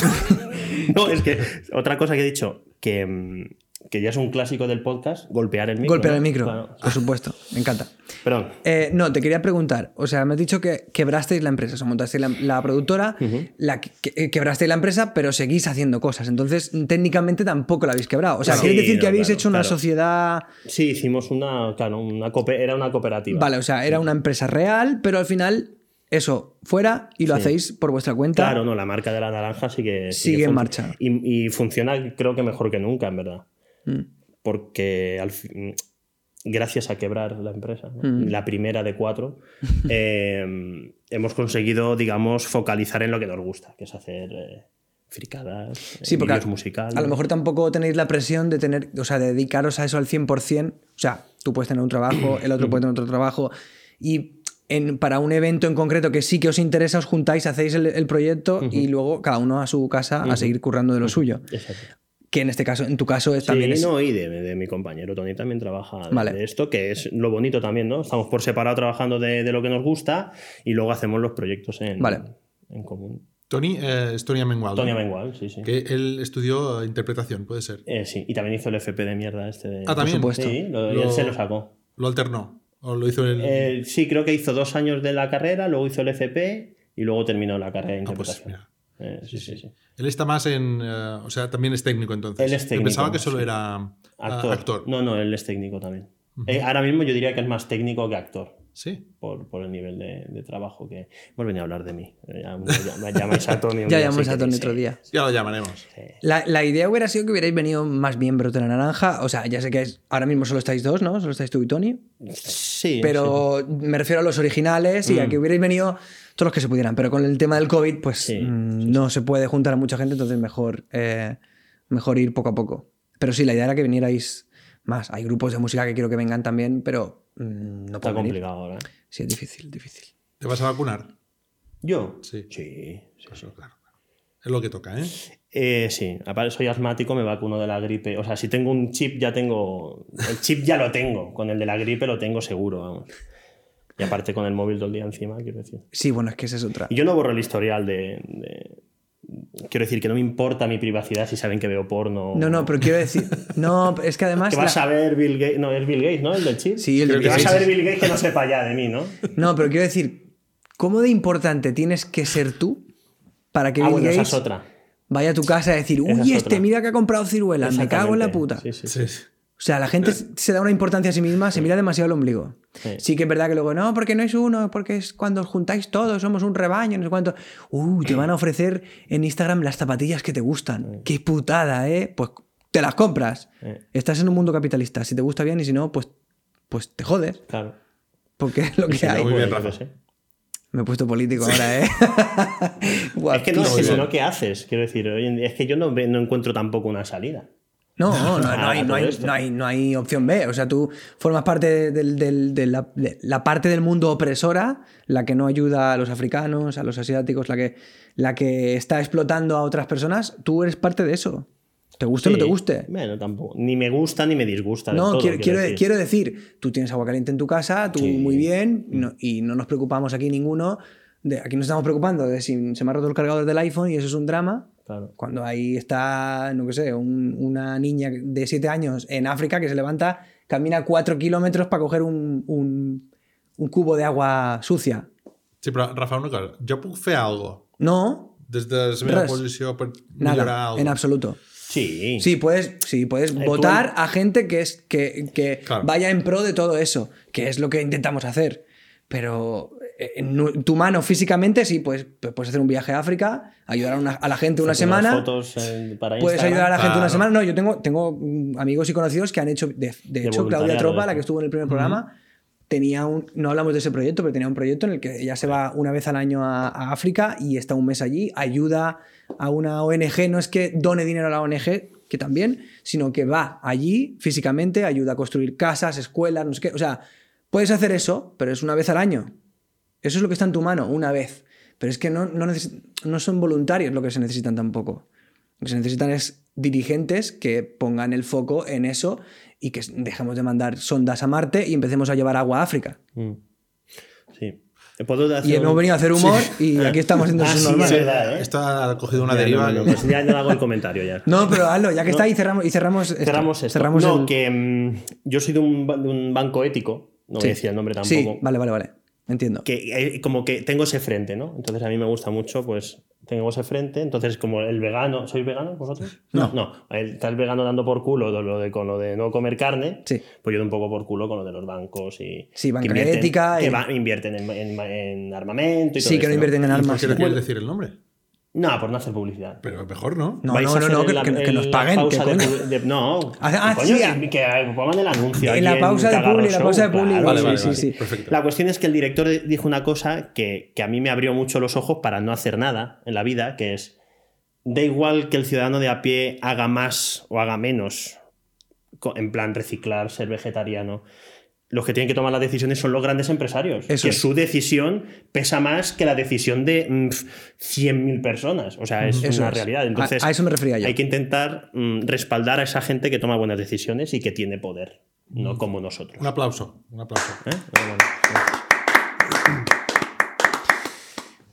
Speaker 3: <laughs> no, es que otra cosa que he dicho, que, mm, que ya es un clásico del podcast, golpear el micro.
Speaker 2: Golpear
Speaker 3: ¿no?
Speaker 2: el micro,
Speaker 3: Claro.
Speaker 2: por supuesto. Me encanta.
Speaker 3: Perdón.
Speaker 2: Eh, no, te quería preguntar. O sea, me has dicho que quebrasteis la empresa, o sea, montasteis la, la productora, la que- que- eh, quebrasteis la empresa, pero seguís haciendo cosas. Entonces, técnicamente tampoco la habéis quebrado. O sea,
Speaker 3: Claro.
Speaker 2: quiere
Speaker 3: Sí,
Speaker 2: decir que
Speaker 3: no,
Speaker 2: habéis
Speaker 3: claro,
Speaker 2: hecho una
Speaker 3: claro.
Speaker 2: sociedad.
Speaker 3: Sí, hicimos una, claro, una cope- era una cooperativa.
Speaker 2: Vale, o sea, era una empresa real, pero al final, eso, fuera y lo hacéis por vuestra cuenta.
Speaker 3: Claro, no, la marca de la naranja sigue,
Speaker 2: Sigue en
Speaker 3: func-
Speaker 2: marcha.
Speaker 3: Y, y funciona, creo que mejor que nunca, en verdad.
Speaker 2: Mm.
Speaker 3: Porque al fin- gracias a quebrar la empresa, ¿no?
Speaker 2: Mm.
Speaker 3: la primera de cuatro, <laughs> eh, hemos conseguido, digamos, focalizar en lo que nos gusta, que es hacer eh, fricadas,
Speaker 2: Sí,
Speaker 3: eh,
Speaker 2: porque a,
Speaker 3: vídeos musicales.
Speaker 2: a lo mejor tampoco tenéis la presión de tener, o sea, de dedicaros a eso al 100%. O sea, tú puedes tener un trabajo, el otro puede tener otro trabajo. Y en- para un evento en concreto que sí que os interesa, os juntáis, hacéis el, el proyecto y luego cada uno a su casa a seguir currando de lo suyo.
Speaker 3: Exacto.
Speaker 2: que en este caso, en tu caso, es,
Speaker 3: Sí,
Speaker 2: también es...
Speaker 3: no, y de, de mi compañero Tony también trabaja de-
Speaker 2: Vale.
Speaker 3: de esto, que es lo bonito también, ¿no? Estamos por separado trabajando de, de lo que nos gusta y luego hacemos los proyectos en,
Speaker 2: Vale.
Speaker 3: en común.
Speaker 1: Tony eh, es Tony Amengual.
Speaker 3: Tony Amengual, sí, sí.
Speaker 1: Que él estudió eh, interpretación, puede ser.
Speaker 3: Eh, sí, y también hizo el FP de mierda este de...
Speaker 1: Ah, también.
Speaker 2: supuesto.
Speaker 3: Sí, lo- y
Speaker 1: Lo-
Speaker 3: él se lo sacó.
Speaker 1: Lo alternó. O lo hizo Ah, el.
Speaker 3: Eh, sí, creo que hizo dos años de la carrera, luego hizo el FP y luego terminó la carrera de
Speaker 1: Ah, pues
Speaker 3: interpretación.
Speaker 1: mira.
Speaker 3: Eh, sí, sí, sí.
Speaker 1: Él está más en. eh, o sea, también es técnico entonces.
Speaker 3: Él es
Speaker 1: Yo
Speaker 3: técnico,
Speaker 1: Pensaba que solo
Speaker 3: sí.
Speaker 1: era eh,
Speaker 3: Actor.
Speaker 1: actor.
Speaker 3: No, no, él es técnico también. Eh, ahora mismo yo diría que es más técnico que actor.
Speaker 1: Sí.
Speaker 3: por, por el nivel de, de trabajo que hemos venido a hablar de mí. Eh, Ya, ya- ya
Speaker 2: <laughs>
Speaker 3: llamáis a Tony. un
Speaker 2: Ya
Speaker 3: día,
Speaker 2: llamamos
Speaker 3: sí,
Speaker 2: a
Speaker 3: que
Speaker 2: Tony
Speaker 3: sí.
Speaker 2: otro día.
Speaker 1: Ya lo llamaremos.
Speaker 2: La, la idea hubiera sido que hubierais venido más bien Brote la Naranja. O sea, ya sé que es- ahora mismo solo estáis dos, ¿no? Solo estáis tú y Tony.
Speaker 3: Sí, sí. Mm.
Speaker 2: Pero me refiero a los originales y a que hubierais venido todos los que se pudieran. Pero con el tema del COVID, pues
Speaker 3: Sí,
Speaker 2: mm, no se puede juntar a mucha gente, entonces mejor, eh, mejor ir poco a poco. Pero sí, la idea era que vinierais más. Hay grupos de música que quiero que vengan también, pero mm, no
Speaker 3: está
Speaker 2: pueden venir.
Speaker 3: complicado ahora. ¿eh?
Speaker 2: Sí, es difícil, difícil.
Speaker 1: ¿Te vas a vacunar?
Speaker 3: ¿Yo?
Speaker 1: Sí.
Speaker 3: Sí. sí, sí.
Speaker 1: Eso, claro. Es lo que toca, ¿eh?
Speaker 3: Eh, sí. aparte soy asmático, me vacuno de la gripe. O sea, si tengo un chip, ya tengo. El chip ya lo tengo. Con el de la gripe lo tengo seguro, vamos. Y aparte con el móvil todo el día encima, quiero decir.
Speaker 2: Sí, bueno, es que esa es otra.
Speaker 3: Y yo no borro el historial de. de- Quiero decir que no me importa mi privacidad si saben que veo porno.
Speaker 2: No, no, pero quiero
Speaker 3: <laughs>
Speaker 2: decir. No, es que además.
Speaker 3: Que vas
Speaker 2: la-
Speaker 3: a ver Bill Gates. No, es Bill Gates, ¿no? El del chip.
Speaker 2: Sí, el de
Speaker 3: Que
Speaker 2: Bill
Speaker 3: vas a
Speaker 2: Gates.
Speaker 3: ver Bill Gates que no sepa ya de mí, ¿no?
Speaker 2: No, pero quiero decir, ¿cómo de importante tienes que ser tú para que
Speaker 3: ah,
Speaker 2: Bill
Speaker 3: bueno, esa
Speaker 2: Gates
Speaker 3: es otra.
Speaker 2: vaya a tu casa a decir,
Speaker 3: Esa es
Speaker 2: uy, este
Speaker 3: otra.
Speaker 2: mira que ha comprado ciruelas, me cago en la
Speaker 3: Exactamente.
Speaker 2: puta?
Speaker 3: Sí, sí, sí.
Speaker 1: Sí.
Speaker 2: O sea, la gente se da una importancia a sí misma, se mira demasiado el ombligo.
Speaker 3: Eh. Sí.
Speaker 2: Sí que es verdad que luego, no, porque no es uno, porque es cuando os juntáis todos, somos un rebaño, no sé cuánto. Uh, te van a ofrecer en Instagram las zapatillas que te gustan. Qué putada, ¿eh? Pues te las compras.
Speaker 3: Eh,
Speaker 2: Estás en un mundo capitalista, si te gusta bien y si no, pues, pues te jodes,
Speaker 3: claro.
Speaker 2: porque es lo que
Speaker 1: no,
Speaker 2: hay.
Speaker 1: muy bien,
Speaker 3: Bueno, yo
Speaker 1: Rafa.
Speaker 3: qué sé.
Speaker 2: Me he puesto político ahora, ¿eh? <laughs>
Speaker 3: Es que no, es
Speaker 2: Guapísimo.
Speaker 3: que si
Speaker 1: bien.
Speaker 3: no, ¿qué haces? Quiero decir, hoy en día- es que yo no, ve- no encuentro tampoco una salida.
Speaker 2: No,
Speaker 3: <laughs>
Speaker 2: no, no, no hay,
Speaker 3: Nada,
Speaker 2: no, hay,
Speaker 3: todo esto.
Speaker 2: no hay- no hay opción B. O sea, tú formas parte del- del- de, la, de la parte del mundo opresora, la que no ayuda a los africanos, a los asiáticos, la que, la que está explotando a otras personas. Tú eres parte de eso. Te guste o no
Speaker 3: Sí.
Speaker 2: te guste.
Speaker 3: Bueno, tampoco. Ni me gusta ni me disgusta. del
Speaker 2: No,
Speaker 3: todo,
Speaker 2: quiero, quiero,
Speaker 3: decir.
Speaker 2: quiero decir, tú tienes agua caliente en tu casa, tú
Speaker 3: Sí. Mm.
Speaker 2: muy bien, no- y no nos preocupamos aquí ninguno. De, aquí nos estamos preocupando de si se me ha roto el cargador del iPhone y eso es un drama.
Speaker 3: Claro.
Speaker 2: Cuando ahí está, no que sé, un- una niña de 7 años en África que se levanta, camina 4 kilómetros para coger un, un- un cubo de agua sucia.
Speaker 1: Sí, però Rafa, una cosa. Jo puc fer algo
Speaker 2: No,
Speaker 1: des de la meva
Speaker 2: Res.
Speaker 1: posició per
Speaker 2: nada,
Speaker 1: millorar
Speaker 2: en
Speaker 1: alguna cosa?
Speaker 2: absoluto.
Speaker 3: Sí.
Speaker 2: Sí, puedes, sí, puedes
Speaker 3: tú-
Speaker 2: votar a gente que, es, que, que
Speaker 1: Claro.
Speaker 2: vaya en pro de todo eso, que es lo que intentamos hacer. Pero eh, en nu- tu mano físicamente, sí, pues, pues puedes hacer un viaje a África, ayudar a, una- a la gente una
Speaker 3: Unas
Speaker 2: semana.
Speaker 3: Fotos eh, para
Speaker 2: Puedes
Speaker 3: Instagram.
Speaker 2: ayudar a la gente una
Speaker 1: Claro.
Speaker 2: semana. No, yo tengo, tengo mm, amigos y conocidos que han hecho. De, de hecho, Claudia
Speaker 3: voluntariado,
Speaker 2: Tropa,
Speaker 3: ¿eh?
Speaker 2: la que estuvo en el primer programa, tenía un. No hablamos de ese proyecto, pero tenía un proyecto en el que ella se va una vez al año a, a África y está un mes allí, ayuda a una ONG. No es que done dinero a la ONG, que también, sino que va allí físicamente, ayuda a construir casas, escuelas, no sé qué. O sea, puedes hacer eso, pero es una vez al año. Eso es lo que está en tu mano, una vez. Pero es que no, no, neces- no son voluntarios lo que se necesitan tampoco. Lo que se necesitan es dirigentes que pongan el foco en eso y que dejemos de mandar sondas a Marte y empecemos a llevar agua a África.
Speaker 3: Mm. Sí. ¿Puedo hacer
Speaker 2: Y hemos
Speaker 3: un-
Speaker 2: venido a hacer humor
Speaker 3: <laughs>
Speaker 2: y aquí estamos haciendo
Speaker 3: Ah,
Speaker 2: eso
Speaker 3: sí,
Speaker 2: normal.
Speaker 3: <laughs> es verdad, ¿eh?
Speaker 1: Esto ha cogido una
Speaker 3: Ya,
Speaker 1: deriva.
Speaker 3: no, no,
Speaker 1: que-
Speaker 3: pues ya no hago el
Speaker 2: <laughs>
Speaker 3: comentario ya.
Speaker 2: No, pero hazlo, ya que está ahí cerramos y cerramos esto.
Speaker 3: Cerramos esto.
Speaker 2: Este, Cerramos
Speaker 3: no,
Speaker 2: el-
Speaker 3: que mm, yo soy de un, ba- de un banco ético, no
Speaker 2: Sí.
Speaker 3: voy a decir el nombre tampoco,
Speaker 2: Sí, vale, vale, vale. Entiendo.
Speaker 3: que eh, como que tengo ese frente, ¿no? Entonces a mí me gusta mucho, pues tengo ese frente, entonces como el vegano, ¿sois veganos vosotros?
Speaker 2: No.
Speaker 3: No, el, está el vegano dando por culo de lo de, con lo de no comer carne,
Speaker 2: Sí.
Speaker 3: pues yo doy un poco por culo con lo de los bancos y...
Speaker 2: Sí,
Speaker 3: que
Speaker 2: banca
Speaker 3: invierten,
Speaker 2: ética
Speaker 3: Que
Speaker 2: y-
Speaker 3: va- invierten en, en- en armamento y todo
Speaker 2: Sí, que no
Speaker 3: esto,
Speaker 2: invierten en
Speaker 1: ¿Y
Speaker 2: armas.
Speaker 1: ¿Por qué no quieres decir el nombre?
Speaker 3: No, por no hacer publicidad.
Speaker 1: Pero mejor, ¿no?
Speaker 2: No,
Speaker 3: Vais
Speaker 2: no,
Speaker 3: a
Speaker 2: no,
Speaker 3: hacer
Speaker 2: no, que,
Speaker 3: la-
Speaker 2: que- que nos
Speaker 3: la
Speaker 2: paguen. que
Speaker 3: pausa de
Speaker 2: coño.
Speaker 3: pu- de- no,
Speaker 2: Ah,
Speaker 3: que coño,
Speaker 2: sí, ah.
Speaker 3: que, que pongan el anuncio.
Speaker 2: En la
Speaker 3: ahí
Speaker 2: pausa de
Speaker 3: Cagarro
Speaker 2: publi, la
Speaker 3: Show,
Speaker 2: pausa de publi,
Speaker 3: claro,
Speaker 2: vale,
Speaker 3: sí,
Speaker 2: vale,
Speaker 3: sí,
Speaker 2: vale.
Speaker 3: sí.
Speaker 1: Perfecto.
Speaker 3: La cuestión es que el director dijo una cosa que, que a mí me abrió mucho los ojos para no hacer nada en la vida, que es, da igual que el ciudadano de a pie haga más o haga menos, co- en plan reciclar, ser vegetariano. los que tienen que tomar las decisiones son los grandes empresarios.
Speaker 2: Eso
Speaker 3: que
Speaker 2: es.
Speaker 3: su decisión pesa más que la decisión de mm, 100.000 personas. O sea, es
Speaker 2: Eso
Speaker 3: una
Speaker 2: es.
Speaker 3: realidad.
Speaker 2: A-
Speaker 3: Entonces,
Speaker 2: a eso me refería yo.
Speaker 3: Hay que intentar mm, respaldar a esa gente que toma buenas decisiones y que tiene poder, no como nosotros.
Speaker 1: Un aplauso, un aplauso.
Speaker 3: ¿Eh? Pero bueno, gracias.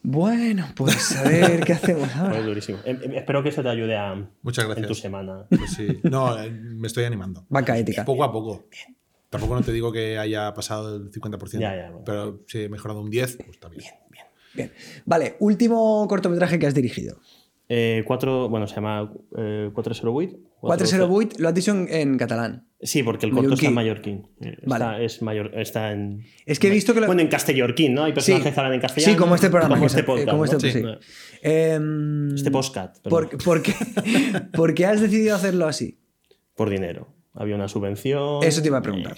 Speaker 2: Bueno, pues a ver qué hacemos
Speaker 3: Fue <laughs>
Speaker 2: ahora.
Speaker 3: durísimo. Em- em- Espero que eso te ayude a,
Speaker 1: Muchas
Speaker 3: en tu
Speaker 1: gracias.
Speaker 3: semana.
Speaker 1: Pues sí. No, eh, me estoy animando.
Speaker 2: Banca ética.
Speaker 3: Pues
Speaker 1: Poco a poco. Tampoco no te digo que haya pasado el 50%,
Speaker 3: Ya, ya, bueno.
Speaker 1: pero si he mejorado un 10, pues está bien.
Speaker 2: Bien. Vale, último cortometraje que has dirigido.
Speaker 3: Eh, cuatro, bueno, se llama eh, 408.
Speaker 2: 408, lo has dicho en, en catalán.
Speaker 3: Sí, porque el corto está en mallorquín. Eh,
Speaker 2: Vale.
Speaker 3: Está, es mayor, está en.
Speaker 2: Es que he visto que lo-
Speaker 3: Bueno, en castellorquín, ¿no? Hay personas que hablan en castellano.
Speaker 2: Sí, como este programa. que
Speaker 3: Como este
Speaker 2: es- eh,
Speaker 3: podcast.
Speaker 2: como este-
Speaker 3: ¿no?
Speaker 2: sí.
Speaker 3: Eh,
Speaker 2: Em,
Speaker 3: Este podcast. perdón.
Speaker 2: ¿por, por
Speaker 3: <laughs>
Speaker 2: qué, por qué has decidido hacerlo así?
Speaker 3: Por dinero. Había una subvención.
Speaker 2: Eso te iba a preguntar.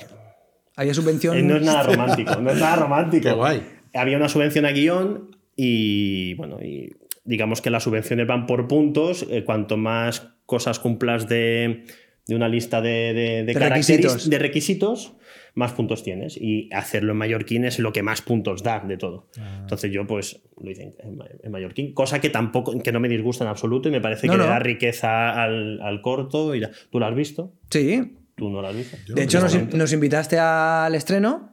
Speaker 2: Había subvención.
Speaker 3: Eh, no es nada romántico. No es nada romántico.
Speaker 1: Qué guay.
Speaker 3: Había una subvención a guión y, bueno, y digamos que las subvenciones van por puntos. eh, cuanto más cosas cumplas de, de una lista de, de, de
Speaker 2: De
Speaker 3: caracteris-
Speaker 2: requisitos.
Speaker 3: de requisitos, más puntos tienes. Y hacerlo en mallorquín es lo que más puntos da de todo. Entonces yo pues lo hice en, en ma- en mallorquín, cosa que tampoco, que no me disgusta en absoluto y me parece
Speaker 2: No,
Speaker 3: que
Speaker 2: no.
Speaker 3: le da riqueza al, al corto. Y da- ¿Tú lo has visto?
Speaker 2: Sí.
Speaker 3: Tú no lo has visto.
Speaker 1: Yo
Speaker 2: De
Speaker 1: no
Speaker 2: hecho,
Speaker 1: lo
Speaker 2: nos,
Speaker 1: sé.
Speaker 2: nos invitaste al estreno.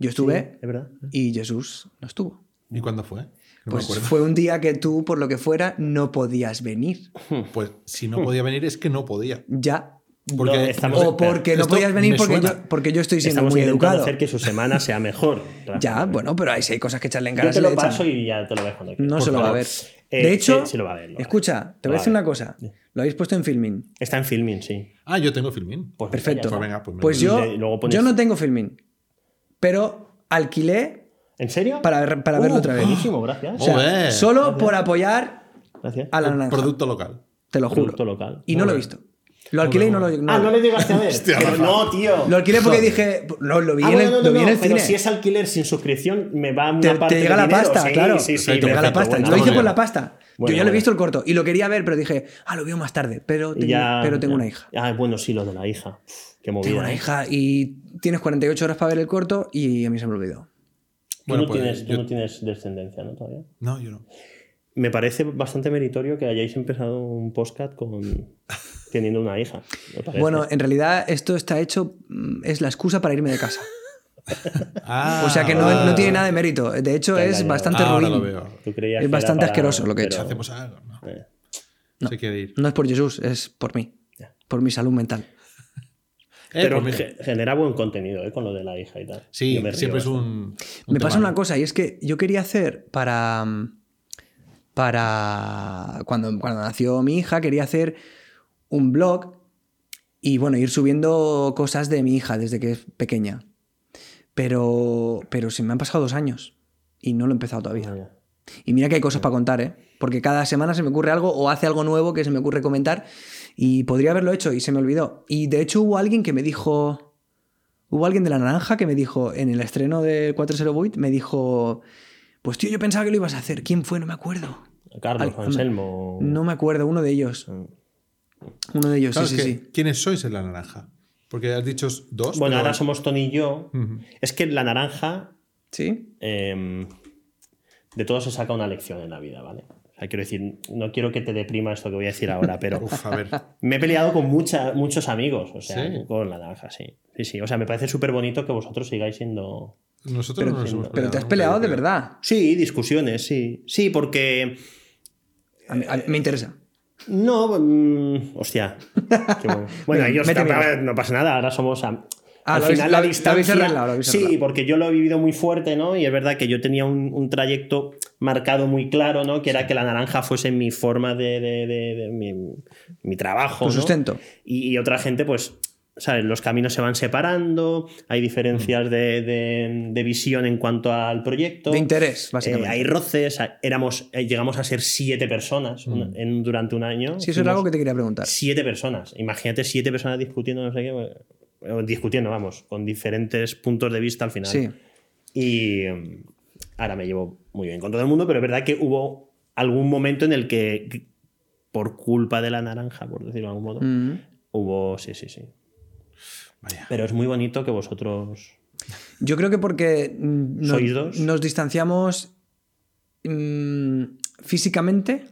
Speaker 2: Yo estuve
Speaker 3: Es verdad.
Speaker 2: y Jesús no estuvo.
Speaker 1: ¿Y cuándo fue? No
Speaker 2: Pues
Speaker 1: me acuerdo.
Speaker 2: fue un día que tú, por lo que fuera, no podías venir.
Speaker 1: Pues si no podía venir es que no podía.
Speaker 2: Ya.
Speaker 1: Porque
Speaker 3: No, estamos-
Speaker 2: O porque no
Speaker 1: esto
Speaker 2: podías venir
Speaker 1: me
Speaker 2: porque
Speaker 1: suena.
Speaker 2: yo, porque yo estoy siendo
Speaker 3: Estamos
Speaker 2: muy
Speaker 3: intentando
Speaker 2: educado.
Speaker 3: hacer que su semana
Speaker 2: <laughs>
Speaker 3: sea mejor.
Speaker 2: Ya, bueno, pero ahí sí hay cosas que echarle en cara.
Speaker 3: Yo te
Speaker 2: se
Speaker 3: lo
Speaker 2: le echan.
Speaker 3: paso y ya te lo ves cuando quieras.
Speaker 2: No
Speaker 3: Por
Speaker 2: se lo va a
Speaker 3: favor.
Speaker 2: ver.
Speaker 3: Eh,
Speaker 2: de hecho,
Speaker 3: sí, sí lo va a ver. lo va a ver.
Speaker 2: escucha, te voy a
Speaker 3: Lo
Speaker 2: decir
Speaker 3: va
Speaker 2: una
Speaker 3: ver.
Speaker 2: cosa. Lo habéis puesto en filming.
Speaker 3: Está en filming, sí.
Speaker 1: Ah, yo tengo filmín.
Speaker 3: Pues
Speaker 2: Perfecto.
Speaker 1: Pues
Speaker 3: ya está.
Speaker 1: venga, pues me-
Speaker 2: Pues yo,
Speaker 3: Y le- luego pones-
Speaker 2: yo no tengo filming. Pero alquilé
Speaker 3: ¿En serio?
Speaker 2: para, ver- para verlo
Speaker 3: Uh,
Speaker 2: otra vez.
Speaker 3: Buenísimo, gracias.
Speaker 2: O sea,
Speaker 1: Muy bien.
Speaker 2: solo por apoyar
Speaker 3: gracias.
Speaker 2: a la
Speaker 1: El
Speaker 2: naranja.
Speaker 1: producto local.
Speaker 2: te lo juro.
Speaker 3: Producto local.
Speaker 2: Y
Speaker 3: Muy
Speaker 2: no lo he
Speaker 3: bien.
Speaker 2: visto. Lo alquilé y no lo.
Speaker 3: Ah, no le llegaste
Speaker 1: <laughs>
Speaker 3: a ver. Pero no, tío.
Speaker 2: Lo alquilé porque dije. No, lo vi en
Speaker 3: Ah,
Speaker 2: el,
Speaker 3: bueno,
Speaker 2: lo
Speaker 3: no, no,
Speaker 2: vi en
Speaker 3: no,
Speaker 2: el
Speaker 3: pero
Speaker 2: cine.
Speaker 3: si es alquiler sin suscripción, me va una
Speaker 2: te, te
Speaker 3: parte
Speaker 2: llega
Speaker 3: de
Speaker 2: la
Speaker 3: dinero.
Speaker 2: pasta,
Speaker 3: Sí,
Speaker 2: claro.
Speaker 3: Sí, sí,
Speaker 2: te llega la
Speaker 3: perfecto,
Speaker 2: pasta.
Speaker 3: bueno,
Speaker 2: Yo lo hice
Speaker 1: bueno.
Speaker 2: por la pasta.
Speaker 3: Bueno,
Speaker 2: Yo ya lo he
Speaker 3: bueno.
Speaker 2: visto el corto y lo quería ver, pero dije, ah, lo veo más tarde. Pero tengo,
Speaker 3: Ya-
Speaker 2: pero tengo
Speaker 3: ya.
Speaker 2: una hija.
Speaker 3: Ah, bueno, sí, lo de la hija. Uf, Qué movida.
Speaker 2: Tengo una
Speaker 3: ¿eh?
Speaker 2: hija y tienes 48 horas para ver el corto y a mí se me olvidó.
Speaker 3: Tú,
Speaker 1: Bueno,
Speaker 3: no
Speaker 1: pues
Speaker 3: tienes, tú
Speaker 1: yo-
Speaker 3: no tienes descendencia, ¿no? Todavía.
Speaker 1: No, yo no.
Speaker 3: Me parece bastante meritorio que hayáis empezado un podcast
Speaker 1: <laughs>
Speaker 3: con teniendo una hija. me parece.
Speaker 2: Bueno, en realidad esto está hecho, mm, es la excusa para irme de casa.
Speaker 1: Ah,
Speaker 2: O sea que no,
Speaker 1: vale.
Speaker 2: no tiene nada de mérito. De hecho,
Speaker 3: Ya, ya,
Speaker 2: es
Speaker 3: ya.
Speaker 2: bastante
Speaker 1: Ah, Ahora
Speaker 2: ruin.
Speaker 1: lo veo.
Speaker 3: Tú creías
Speaker 2: es
Speaker 3: que era
Speaker 2: bastante
Speaker 3: para-
Speaker 2: asqueroso lo que he
Speaker 3: pero-
Speaker 2: hecho.
Speaker 1: Hacemos algo. No.
Speaker 3: Eh,
Speaker 1: Se quiere ir.
Speaker 2: No es por Jesús, es por mí. Por mi salud mental.
Speaker 1: Eh,
Speaker 3: pero
Speaker 1: pues mira.
Speaker 3: ge- genera buen contenido ¿eh? con lo de la hija y tal.
Speaker 1: Sí,
Speaker 3: Yo me río
Speaker 1: siempre es un. un
Speaker 2: Me pasa
Speaker 1: tema.
Speaker 2: una cosa, y es que yo quería hacer para. mm, Para. Cuando, cuando nació mi hija, quería hacer un blog y bueno, ir subiendo cosas de mi hija desde que es pequeña. Pero. Pero se me han pasado dos años y no lo he empezado todavía.
Speaker 3: bastante.
Speaker 2: Y mira que hay cosas para contar, ¿eh? Porque cada semana se me ocurre algo o hace algo nuevo que se me ocurre comentar y podría haberlo hecho y se me olvidó. Y de hecho hubo alguien que me dijo, hubo alguien de la naranja que me dijo en el estreno de 408, me dijo, pues tío, yo pensaba que lo ibas a hacer. ¿Quién fue? No me acuerdo.
Speaker 3: Carlos,
Speaker 2: Al-
Speaker 3: Anselmo.
Speaker 2: No me acuerdo, uno de ellos. Uno de ellos,
Speaker 1: Claro,
Speaker 2: sí,
Speaker 1: es
Speaker 2: sí,
Speaker 1: que, ¿Quiénes sois en la naranja? Porque has dicho dos.
Speaker 3: Bueno,
Speaker 1: pero- Mm.
Speaker 3: ahora somos Tony y yo.
Speaker 1: Ujú.
Speaker 3: Es que la naranja
Speaker 2: sí. ¿Sí?
Speaker 3: eh, de todo se saca una lección en la vida, ¿vale? O sea, quiero decir, no quiero que te deprima esto que voy a decir ahora, pero
Speaker 1: <laughs> Uf, a
Speaker 3: <laughs>
Speaker 1: ver.
Speaker 3: me he peleado con mucha- muchos amigos, o sea,
Speaker 1: Sí.
Speaker 3: con la naranja, sí. Sí, sí, o sea, me parece súper bonito que vosotros sigáis siendo...
Speaker 1: Nosotros no nos hemos
Speaker 2: Pero te has
Speaker 1: nunca,
Speaker 2: peleado
Speaker 1: yo
Speaker 2: de
Speaker 1: creo.
Speaker 2: verdad.
Speaker 3: Sí, discusiones, sí. Sí, porque...
Speaker 2: A mí- a mí me interesa.
Speaker 3: No, mm, hostia. Qué
Speaker 2: <laughs>
Speaker 3: bueno, Bueno,
Speaker 2: Venga,
Speaker 3: ellos
Speaker 2: mete
Speaker 3: tam-
Speaker 2: miedo.
Speaker 3: no pasa nada, ahora somos... am-
Speaker 2: Ah,
Speaker 3: al
Speaker 2: lo habéis-
Speaker 3: final
Speaker 2: lo
Speaker 3: la
Speaker 2: habéis- lo habéis
Speaker 3: distancia...
Speaker 2: arreglado, lo habéis
Speaker 3: sí,
Speaker 2: arreglado.
Speaker 3: porque yo lo he vivido muy fuerte, ¿no? Y es verdad que yo tenía un, un trayecto marcado muy claro, ¿no? Que era que la naranja fuese mi forma de... de- de- de- mi, mi trabajo.
Speaker 2: Tu
Speaker 3: ¿no?
Speaker 2: sustento.
Speaker 3: Y, y otra gente, pues, ¿sabes? Los caminos se van separando, hay diferencias de, de- de visión en cuanto al proyecto.
Speaker 2: Mm. De interés,
Speaker 3: Eh,
Speaker 2: básicamente.
Speaker 3: hay roces, a- éramos, eh, llegamos a ser siete personas una- en- durante un año.
Speaker 2: Mm. Sí, eso era algo que
Speaker 3: Fuimos
Speaker 2: te quería preguntar.
Speaker 3: Siete personas. Imagínate siete personas discutiendo, no sé qué. eh, o Discutiendo, vamos, con diferentes puntos de vista al final.
Speaker 2: Sí.
Speaker 3: Y mm, ahora me llevo muy bien con todo el mundo, pero es verdad que hubo algún momento en el que, que por culpa de la naranja, por decirlo de algún modo,
Speaker 2: Mm.
Speaker 3: hubo. Sí, sí, sí.
Speaker 1: Vaya.
Speaker 3: Pero es muy bonito que vosotros
Speaker 2: Yo creo que porque mm, nos,
Speaker 3: ¿Sois dos?
Speaker 2: nos distanciamos mm, físicamente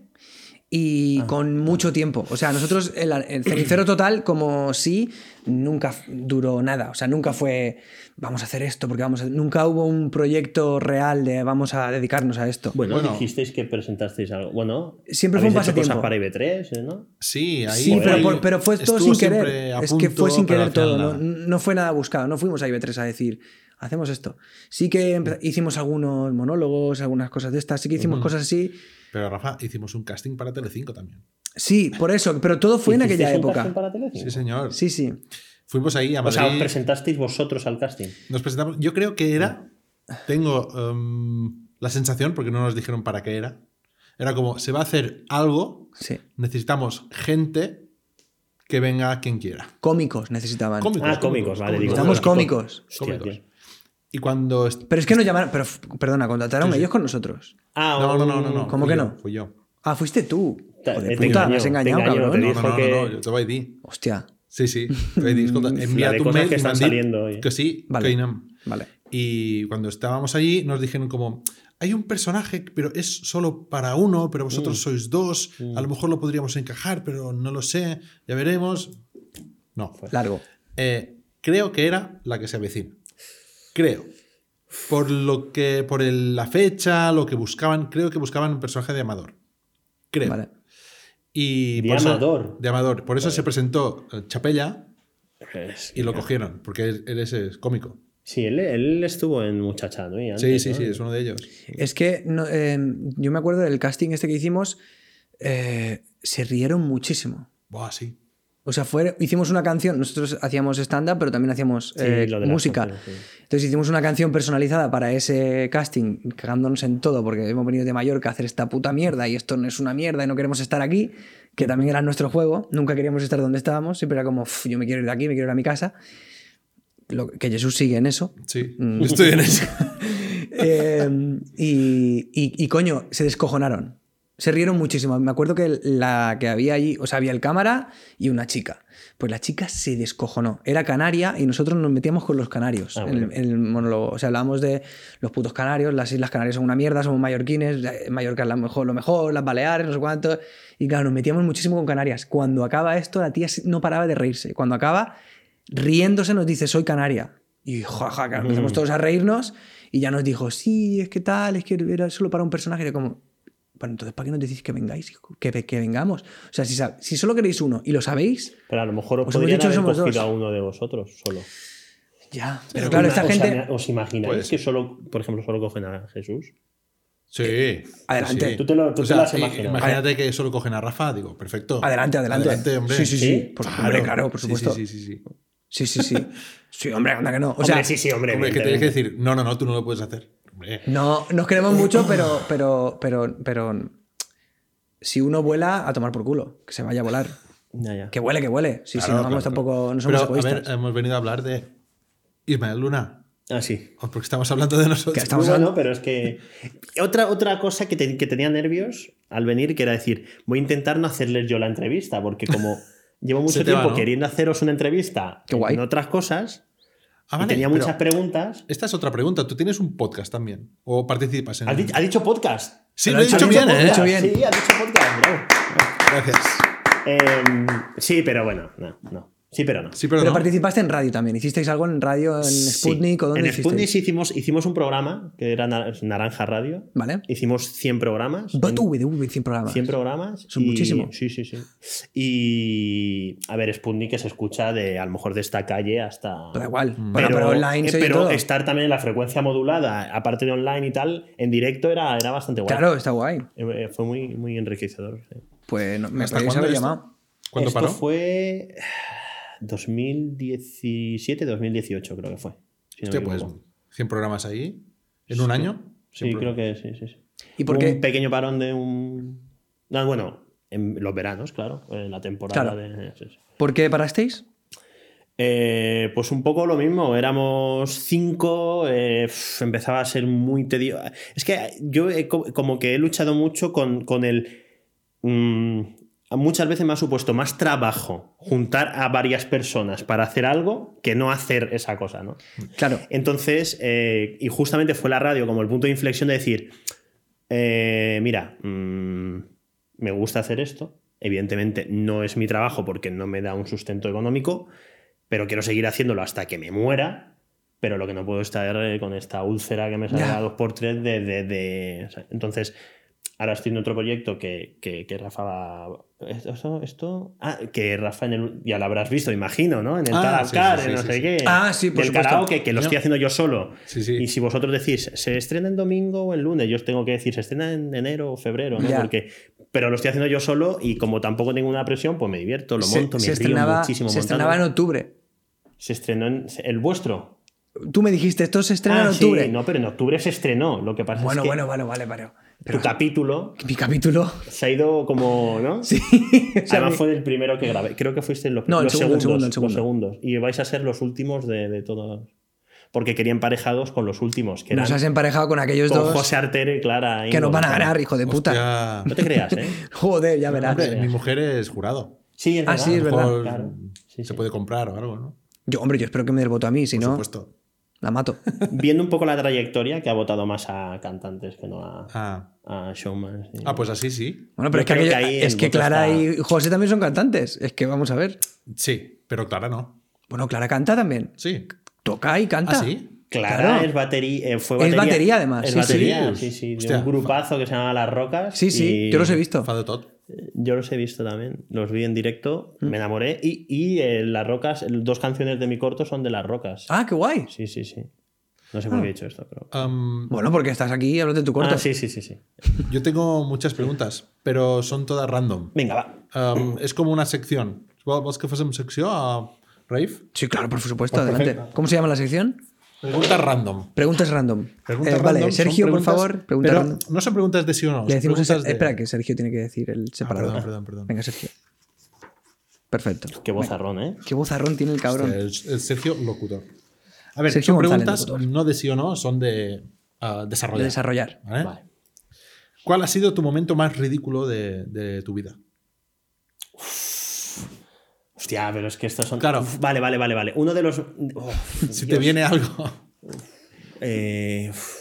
Speaker 2: y
Speaker 3: Ah.
Speaker 2: con mucho tiempo. O sea, nosotros el, el cenicero total, como sí, nunca f- duró nada. O sea, nunca fue vamos a hacer esto porque vamos a... Nunca hubo un proyecto real de vamos a dedicarnos a esto.
Speaker 3: Bueno,
Speaker 1: Bueno.
Speaker 3: dijisteis que presentasteis algo. Bueno,
Speaker 2: Siempre fue un
Speaker 3: habéis hecho
Speaker 2: pasatiempo.
Speaker 3: cosas para IB3, ¿eh? ¿no?
Speaker 1: Sí, ahí
Speaker 2: Sí, pero,
Speaker 1: ahí
Speaker 2: por- pero fue todo
Speaker 1: estuvo
Speaker 2: sin querer.
Speaker 1: siempre a
Speaker 2: Es que
Speaker 1: punto,
Speaker 2: fue sin
Speaker 1: pero
Speaker 2: querer
Speaker 1: al final
Speaker 2: todo. No,
Speaker 1: nada.
Speaker 2: no fue nada buscado. No fuimos a IB3 a decir, hacemos esto. Sí que
Speaker 1: Mm.
Speaker 2: empe- hicimos algunos monólogos, algunas cosas de estas. Sí que hicimos cosas así.
Speaker 1: Pero Rafa, hicimos un casting para Telecinco también.
Speaker 2: Sí, por eso. Pero todo fue en
Speaker 3: ¿Hicisteis
Speaker 2: aquella
Speaker 3: un casting
Speaker 2: época.
Speaker 3: para Telecinco?
Speaker 1: Sí, señor.
Speaker 2: Sí, sí.
Speaker 1: Fuimos ahí a
Speaker 3: O
Speaker 1: Madrid.
Speaker 3: sea, os presentasteis vosotros al casting.
Speaker 1: Nos presentamos. Yo creo que era. Tengo em, la sensación, porque no nos dijeron para qué era. Era como: se va a hacer algo,
Speaker 2: sí.
Speaker 1: necesitamos gente que venga quien quiera.
Speaker 2: Cómicos necesitaban.
Speaker 3: Ah, cómicos, vale. digo,
Speaker 2: Necesitamos
Speaker 3: claro.
Speaker 2: cómicos.
Speaker 3: Hostia,
Speaker 1: Cómicos.
Speaker 3: tío.
Speaker 1: Y cuando. est-
Speaker 2: Pero es que nos llamaron. Pero, f- perdona, contrataron ellos con nosotros.
Speaker 3: Ah,
Speaker 1: No, no, no, no.
Speaker 3: un-
Speaker 1: no
Speaker 2: ¿Cómo
Speaker 1: fui
Speaker 2: que
Speaker 1: yo,
Speaker 2: no?
Speaker 1: Fui yo.
Speaker 2: Ah, fuiste tú.
Speaker 3: Te-
Speaker 2: Hijo de
Speaker 3: te
Speaker 2: puta,
Speaker 3: engaño,
Speaker 2: me has
Speaker 3: te
Speaker 2: engañado,
Speaker 3: engaño, te
Speaker 2: cabrón.
Speaker 1: No, no,
Speaker 3: digo. Dijo
Speaker 1: no,
Speaker 3: que-
Speaker 1: no, jo te vaig dir.
Speaker 2: Hostia.
Speaker 1: Sí, sí, te vaig dir,
Speaker 3: <laughs>
Speaker 1: escolta, enviat
Speaker 3: de
Speaker 1: un
Speaker 3: cosas
Speaker 1: mail
Speaker 3: que
Speaker 1: i
Speaker 3: están
Speaker 1: m'han dit
Speaker 3: saliendo hoy.
Speaker 1: que sí,
Speaker 2: Vale.
Speaker 1: que hi anem.
Speaker 2: Vale.
Speaker 1: Y cuando estábamos allí nos dijeron como, hay un personaje, pero es solo para uno, pero
Speaker 3: Mm.
Speaker 1: vosotros sois dos, a lo mejor lo podríamos encajar, pero no lo sé, ya veremos. No.
Speaker 2: Largo.
Speaker 1: Eh, creo que era la que se avecina. Creo. Por lo que, por el- la fecha, lo que buscaban, creo que buscaban un personaje de Amador. Creo.
Speaker 2: Vale.
Speaker 1: Y
Speaker 3: De
Speaker 1: por eso-
Speaker 3: Amador.
Speaker 1: de Amador. Por eso se presentó eh, Chapella
Speaker 3: Es-
Speaker 1: y lo cogieron, porque él, él es, es cómico.
Speaker 3: Sí, él, él estuvo en Muchacha, ¿no? Y antes,
Speaker 1: Sí, sí,
Speaker 3: ¿no?
Speaker 1: sí, es uno de ellos.
Speaker 2: Es que no, eh, yo me acuerdo del casting este que hicimos, eh, se rieron muchísimo.
Speaker 1: Buah, sí.
Speaker 2: O sea, fue, hicimos una canción, nosotros hacíamos stand-up, pero también hacíamos
Speaker 3: Sí,
Speaker 2: eh,
Speaker 3: lo de las
Speaker 2: música.
Speaker 3: canciones, sí.
Speaker 2: Entonces hicimos una canción personalizada para ese casting, cagándonos en todo, porque hemos venido de Mallorca a hacer esta puta mierda y esto no es una mierda y no queremos estar aquí, que también era nuestro juego, nunca queríamos estar donde estábamos, siempre era como, "Uf, yo me quiero ir de aquí, me quiero ir a mi casa. Lo, que Jesús sigue en eso.
Speaker 1: Sí, yo estoy en eso.
Speaker 2: <laughs> Eh, y, y- y, coño, se descojonaron. Se rieron muchísimo. Me acuerdo que la que había allí, o sea, había el cámara y una chica. Pues la chica se descojonó. Era canaria y nosotros nos metíamos con los canarios
Speaker 3: Ah,
Speaker 2: en, el-
Speaker 3: bueno.
Speaker 2: en el monólogo. O sea, hablábamos de los putos canarios, las Islas Canarias son una mierda, somos mallorquines, eh, Mallorca es la mejor, lo mejor, las Baleares, no sé cuánto. Y claro, nos metíamos muchísimo con Canarias. Cuando acaba esto, la tía no paraba de reírse. Cuando acaba, riéndose nos dice, soy canaria. Y jaja, claro, empezamos
Speaker 1: Mm.
Speaker 2: todos a reírnos y ya nos dijo, sí, es que tal, es que era solo para un personaje. Era como, bueno, entonces, ¿para qué nos decís que vengáis? hijo? Que, que vengamos. O sea, si, sab- si solo queréis uno y lo sabéis,
Speaker 3: Pero a lo mejor
Speaker 2: Os
Speaker 3: os,
Speaker 2: Pues hemos
Speaker 3: podrían
Speaker 2: dicho que
Speaker 3: haber
Speaker 2: somos
Speaker 3: cogido
Speaker 2: dos.
Speaker 3: a uno de vosotros solo.
Speaker 2: ya. Pero
Speaker 1: pero
Speaker 2: claro,
Speaker 1: una
Speaker 2: esta
Speaker 3: ¿Os
Speaker 2: gente...
Speaker 3: ama- ¿Os imagináis
Speaker 1: Puede
Speaker 3: que solo, por ejemplo, solo cogen a Jesús?
Speaker 1: Sí.
Speaker 2: Adelante.
Speaker 1: sí.
Speaker 3: Tú te lo- tú
Speaker 1: O
Speaker 3: te
Speaker 1: sea,
Speaker 3: lo has
Speaker 1: i-
Speaker 3: imaginado.
Speaker 1: Imagínate que solo cogen a Rafa, digo, perfecto.
Speaker 2: Adelante, adelante.
Speaker 1: hombre.
Speaker 2: Sí, sí, sí.
Speaker 3: ¿Sí?
Speaker 2: Por, hombre, claro, por
Speaker 1: Sí,
Speaker 2: supuesto.
Speaker 1: Sí, sí, sí. sí.
Speaker 2: Sí, sí, sí. Sí, hombre, anda que no. O
Speaker 3: Hombre,
Speaker 2: sea,
Speaker 3: sí, sí, hombre.
Speaker 1: Hombre, que tienes que
Speaker 3: evidentemente.
Speaker 1: decir, no, no, no, tú no lo puedes hacer. Hombre.
Speaker 2: no, nos queremos mucho, pero, pero, pero, pero si uno vuela, a tomar por culo, que se vaya a volar.
Speaker 3: Ya, ya.
Speaker 2: Que huele, que huele. Sí, sí,
Speaker 1: Claro,
Speaker 2: no vamos
Speaker 1: claro,
Speaker 2: tampoco, no somos
Speaker 1: Pero, a
Speaker 2: egoístas.
Speaker 1: ver, eh, hemos venido a hablar de Ismael Luna.
Speaker 3: Ah, sí.
Speaker 1: o Porque estamos hablando de nosotros.
Speaker 2: Que estamos
Speaker 3: Bueno,
Speaker 2: hablando-
Speaker 3: pero es que. <laughs> Otra, otra cosa que, te- que tenía nervios al venir, que era decir, voy a intentar no hacerles yo la entrevista,
Speaker 2: <laughs>
Speaker 3: porque como llevo mucho
Speaker 1: Se te va,
Speaker 3: tiempo
Speaker 1: ¿no?
Speaker 3: queriendo haceros una entrevista
Speaker 2: Qué guay.
Speaker 3: en otras cosas,
Speaker 1: Ah,
Speaker 3: y
Speaker 1: vale,
Speaker 3: tenía
Speaker 1: pero
Speaker 3: muchas preguntas.
Speaker 1: Esta es otra pregunta. ¿Tú tienes un podcast también? ¿O participas en
Speaker 3: ¿Ha, di- ha dicho podcast?
Speaker 1: Sí,
Speaker 2: Lo
Speaker 1: lo he
Speaker 2: ha dicho
Speaker 1: dicho bien,
Speaker 2: bien,
Speaker 1: ¿eh?
Speaker 2: lo he dicho bien.
Speaker 3: Sí, ha dicho podcast, bravo.
Speaker 1: Gracias.
Speaker 3: Em, sí, pero bueno, no, no. Sí, pero no.
Speaker 1: Sí, pero,
Speaker 2: pero
Speaker 1: no.
Speaker 2: participaste en radio también. ¿Hicisteis algo en radio, en
Speaker 3: Sí.
Speaker 2: Sputnik o dónde
Speaker 3: En
Speaker 2: hicisteis?
Speaker 3: Sputnik hicimos, hicimos un programa que era na- Naranja Radio.
Speaker 2: Vale.
Speaker 3: Hicimos 100 programas.
Speaker 2: But uy, de uy, 100 programas.
Speaker 3: 100 programas.
Speaker 2: Son
Speaker 3: y-
Speaker 2: muchísimo.
Speaker 3: Sí, sí, sí. Y a ver, Sputnik que se escucha de a lo mejor de esta calle hasta.
Speaker 2: Pero da igual. Bueno, pero online
Speaker 3: eh,
Speaker 2: se oye
Speaker 3: pero
Speaker 2: todo.
Speaker 3: estar también en la frecuencia modulada, aparte de online y tal, en directo era, era bastante guay.
Speaker 2: Claro, está guay.
Speaker 3: Eh, eh, Fue muy, muy enriquecedor. sí.
Speaker 2: Pues no, me
Speaker 1: ¿Hasta
Speaker 2: podéis
Speaker 1: cuándo
Speaker 2: haber
Speaker 1: esto?
Speaker 2: llamado.
Speaker 1: ¿Cuándo
Speaker 3: Esto
Speaker 1: paró?
Speaker 3: fue 2017, 2018 creo que fue. si no me
Speaker 1: Hostia, pues,
Speaker 3: equivoco.
Speaker 1: 100 programas ahí en un año.
Speaker 3: sí, creo que sí, sí, sí.
Speaker 2: ¿Y por
Speaker 3: Hubo
Speaker 2: qué?
Speaker 3: Un pequeño parón de un... No, bueno, en los veranos, claro, en la temporada
Speaker 2: Claro.
Speaker 3: de... sí, sí.
Speaker 2: ¿Por qué parasteis?
Speaker 3: Eh, pues un poco lo mismo, éramos cinco, eh, pf, empezaba a ser muy tedioso. Es que yo he co- como que he luchado mucho con, con el... mm, muchas veces me ha supuesto más trabajo juntar a varias personas para hacer algo que no hacer esa cosa, ¿no?
Speaker 2: Claro.
Speaker 3: Entonces, eh, y justamente fue la radio como el punto de inflexión de decir, eh, mira, mm, me gusta hacer esto, evidentemente no es mi trabajo porque no me da un sustento económico, pero quiero seguir haciéndolo hasta que me muera, pero lo que no puedo estar eh, con esta úlcera que me sale
Speaker 2: Ya.
Speaker 3: a dos por tres de... de- de- o sea, entonces, ahora estoy en otro proyecto que, que- que Rafa va... ¿Esto? esto- esto? Ah, que Rafa en el- ya lo habrás visto, imagino, ¿no? En el
Speaker 1: Ah,
Speaker 3: Tarascar,
Speaker 1: sí, sí, sí,
Speaker 3: en no
Speaker 1: sí,
Speaker 3: sé
Speaker 1: sí.
Speaker 3: qué.
Speaker 2: Ah, sí, por
Speaker 3: Eh, Del
Speaker 2: supuesto.
Speaker 3: karaoke, que lo
Speaker 1: Yo-
Speaker 3: estoy haciendo yo solo.
Speaker 1: Sí, sí.
Speaker 3: Y si vosotros decís, se estrena en domingo o en lunes, yo os tengo que decir, se estrena en enero o febrero, ¿no?
Speaker 2: Ya.
Speaker 3: Porque, pero lo estoy haciendo yo solo y como tampoco tengo una presión, pues me divierto, lo
Speaker 2: Se-
Speaker 3: monto,
Speaker 2: se
Speaker 3: me río
Speaker 2: estrenaba,
Speaker 3: muchísimo.
Speaker 2: se
Speaker 3: montando.
Speaker 2: estrenaba en octubre.
Speaker 3: Se estrenó en el vuestro.
Speaker 2: Tú me dijiste, esto se estrena en
Speaker 3: Ah, sí,
Speaker 2: octubre.
Speaker 3: no, pero en octubre se estrenó. Lo que pasa
Speaker 2: bueno,
Speaker 3: es que
Speaker 2: bueno, vale, vale, vale. Pero
Speaker 3: tu capítulo
Speaker 2: mi capítulo.
Speaker 3: se ha ido como,
Speaker 2: <laughs>
Speaker 3: ¿no?
Speaker 2: Sí. o sea,
Speaker 3: Además
Speaker 2: mi-
Speaker 3: fue el primero que grabé. Creo que fuiste los,
Speaker 2: No, el
Speaker 3: los
Speaker 2: segundo, el
Speaker 3: segundos,
Speaker 2: segundo, el
Speaker 3: los segundos. Y vais a ser los últimos de, de todos. Porque quería emparejados con los últimos, que eran
Speaker 2: Nos has emparejado con aquellos
Speaker 3: con
Speaker 2: dos
Speaker 3: José Artere y Clara.
Speaker 2: que nos
Speaker 3: Ingo,
Speaker 2: van a
Speaker 3: ¿no?
Speaker 2: ganar, hijo de puta.
Speaker 1: Hostia.
Speaker 3: No te creas, ¿eh?
Speaker 2: Joder, ya verás.
Speaker 1: Hombre, mi mujer es jurado.
Speaker 3: Sí, es
Speaker 2: Ah, <laughs>
Speaker 3: verdad.
Speaker 2: sí, es verdad. <laughs>
Speaker 1: Por-
Speaker 3: Claro. Sí,
Speaker 1: se
Speaker 3: sí.
Speaker 1: puede comprar o algo, ¿no?
Speaker 2: Yo, hombre, yo espero que me dé el voto a mí, si
Speaker 1: Por
Speaker 2: no,
Speaker 1: supuesto.
Speaker 2: la mato.
Speaker 3: Viendo un poco la trayectoria, que ha votado más a cantantes que no a,
Speaker 1: Ah,
Speaker 3: a showman. sí.
Speaker 1: Ah, pues así sí.
Speaker 2: Bueno, pero
Speaker 3: Yo
Speaker 2: es que,
Speaker 3: creo
Speaker 2: aquello-
Speaker 3: que ahí el
Speaker 2: es que
Speaker 3: voto
Speaker 2: Clara
Speaker 3: está-
Speaker 2: y José también son cantantes. Es que vamos a ver.
Speaker 1: Sí, pero Clara no.
Speaker 2: Bueno, Clara canta también.
Speaker 1: Sí.
Speaker 2: Toca y canta.
Speaker 1: ¿Ah, sí?
Speaker 3: Clara
Speaker 2: claro.
Speaker 3: es batería. eh, fue
Speaker 2: Es
Speaker 3: batería,
Speaker 2: batería, además,
Speaker 3: Es
Speaker 2: sí, sí.
Speaker 3: batería, sí, sí. de
Speaker 1: Hostia.
Speaker 3: un grupazo que se llama Las Rocas.
Speaker 2: Sí, sí,
Speaker 3: y-
Speaker 2: yo los he visto.
Speaker 1: Fa de tot.
Speaker 3: Yo los he visto también. Los vi en
Speaker 2: Mm.
Speaker 3: directo, me enamoré. Y, y, eh, Las Rocas, dos canciones de mi corto son de Las Rocas.
Speaker 2: Ah, qué guay.
Speaker 3: Sí, sí, sí. No sé por qué he dicho esto, pero.
Speaker 1: Um,
Speaker 2: Bueno, porque estás aquí y hablas de tu corto.
Speaker 3: Ah, sí, sí, sí, sí.
Speaker 1: yo tengo muchas preguntas, pero son todas random.
Speaker 3: Venga, va.
Speaker 1: Um, és com una secció. Vol, vols que féssim secció a Raif?
Speaker 2: Sí, claro, por supuesto,
Speaker 1: Pues
Speaker 2: adelante.
Speaker 1: perfecto.
Speaker 2: ¿Cómo se llama la sección?
Speaker 1: Preguntes random.
Speaker 2: Preguntas random.
Speaker 1: Preguntes
Speaker 2: Eh, vale,
Speaker 1: random són
Speaker 2: Sergio, por
Speaker 1: preguntes-
Speaker 2: favor, pregunta
Speaker 1: Però
Speaker 2: random.
Speaker 1: no són preguntes de sí o no.
Speaker 2: Le
Speaker 1: són
Speaker 2: decimos a
Speaker 1: preguntes
Speaker 2: Ser-
Speaker 1: de...
Speaker 2: Espera, que Sergio tiene que decir el
Speaker 1: Ah, perdón,
Speaker 2: separador.
Speaker 1: perdón, perdón.
Speaker 2: Venga, Sergio. Perfecto.
Speaker 3: Qué vozarrón, ¿eh?
Speaker 2: Qué vozarrón tiene el cabrón.
Speaker 1: El, Eh, el Sergio Locutor. A ver,
Speaker 2: Sergio
Speaker 1: son
Speaker 2: González,
Speaker 1: preguntas
Speaker 2: locutor.
Speaker 1: no de sí o no, son de uh,
Speaker 2: De
Speaker 1: desarrollar.
Speaker 2: desarrollar.
Speaker 1: ¿vale?
Speaker 3: Vale.
Speaker 1: ¿Cuál ha sido tu momento más ridículo de, de tu vida?
Speaker 3: Hostia, pero es que estos son.
Speaker 1: Claro.
Speaker 3: Uf, vale, vale, vale, vale. Uno de los. Uf,
Speaker 1: <laughs> Si te
Speaker 3: Dios.
Speaker 1: viene algo. <laughs>
Speaker 3: Eh, uf.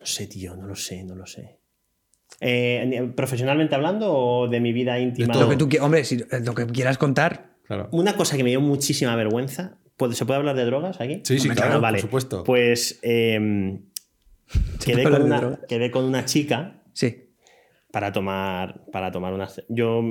Speaker 3: no sé, tío, no lo sé, no lo sé. Eh, ¿Profesionalmente hablando o de mi vida íntima?
Speaker 1: todo.
Speaker 2: Lo que tú qui- hombre, si, eh, lo que quieras contar.
Speaker 1: Claro.
Speaker 3: Una cosa que me dio muchísima vergüenza. ¿puede- ¿Se puede hablar de drogas aquí?
Speaker 1: Sí, sí,
Speaker 3: Ah,
Speaker 1: claro, por supuesto.
Speaker 3: Pues eh,
Speaker 2: puede
Speaker 3: quedé,
Speaker 2: hablar
Speaker 3: con
Speaker 2: de
Speaker 3: una,
Speaker 2: drogas.
Speaker 3: quedé con una chica
Speaker 2: Sí.
Speaker 3: para tomar, para tomar unas. Yo,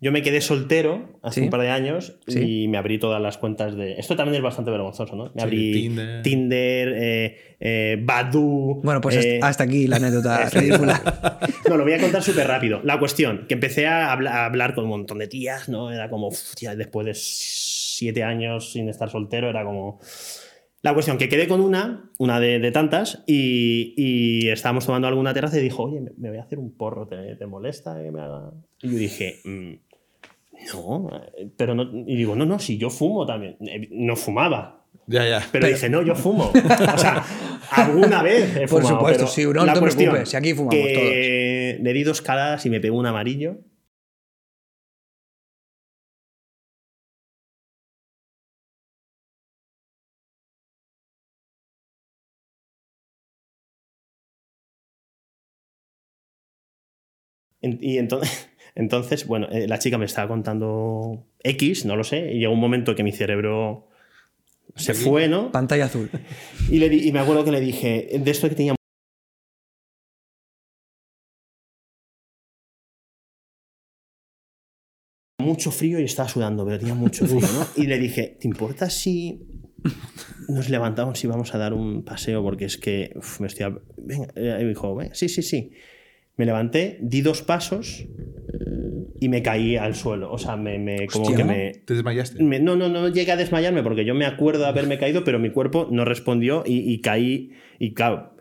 Speaker 3: yo me quedé soltero hace
Speaker 2: Sí.
Speaker 3: un par de años
Speaker 2: Sí.
Speaker 3: y me abrí todas las cuentas de. Esto también es bastante vergonzoso, ¿no? Me
Speaker 1: Sí,
Speaker 3: abrí
Speaker 1: Tinder.
Speaker 3: Tinder, eh, eh, Badoo.
Speaker 2: Bueno, pues
Speaker 3: eh,
Speaker 2: hasta aquí la
Speaker 3: <laughs>
Speaker 2: anécdota ridícula.
Speaker 3: no, lo voy a contar súper rápido. La cuestión, que empecé a, habla- a hablar con un montón de tías, ¿no? Era como, "Uf, tía, después de siete años sin estar soltero, era como... La cuestión, que quedé con una, una de, de tantas, y, y estábamos tomando alguna terraza y dijo, oye, me, me voy a hacer un porro, ¿te, te molesta que me haga? Y yo dije, "Mm, no, eh, pero no... Y digo, no, no, si yo fumo también. Eh, No fumaba,
Speaker 1: Ya, ya.
Speaker 3: pero, dice,
Speaker 2: <laughs>
Speaker 3: no, yo fumo. O sea, alguna vez he
Speaker 2: Por
Speaker 3: fumado,
Speaker 2: supuesto,
Speaker 3: pero
Speaker 2: sí, no
Speaker 3: la
Speaker 2: te
Speaker 3: cuestión
Speaker 2: preocupes, si aquí fumamos
Speaker 3: que Le di dos caladas y me pegó un amarillo. En- Y entonces, <laughs> entonces bueno, eh, la chica me estaba contando X, no lo sé, y llegó un momento que mi cerebro se
Speaker 1: Sí.
Speaker 3: fue, ¿no?
Speaker 2: Pantalla azul.
Speaker 3: Y, le di- y me acuerdo que le dije, de esto que tenía... Mucho frío y estaba sudando, pero tenía mucho frío, ¿no? Y le dije, ¿te importa si nos levantamos y vamos a dar un paseo? Porque es que uf, me estoy... a- Venga, Eh, y me dijo, "Venga, sí, sí, sí. Me levanté, di dos pasos y me caí al suelo. O sea, me, me- como
Speaker 2: Hostia.
Speaker 3: que me...
Speaker 1: Te desmayaste.
Speaker 2: Mm.
Speaker 3: Me- no, no, no llegué a desmayarme porque yo me acuerdo de haberme caído, pero mi cuerpo no respondió y, y caí. Y claro,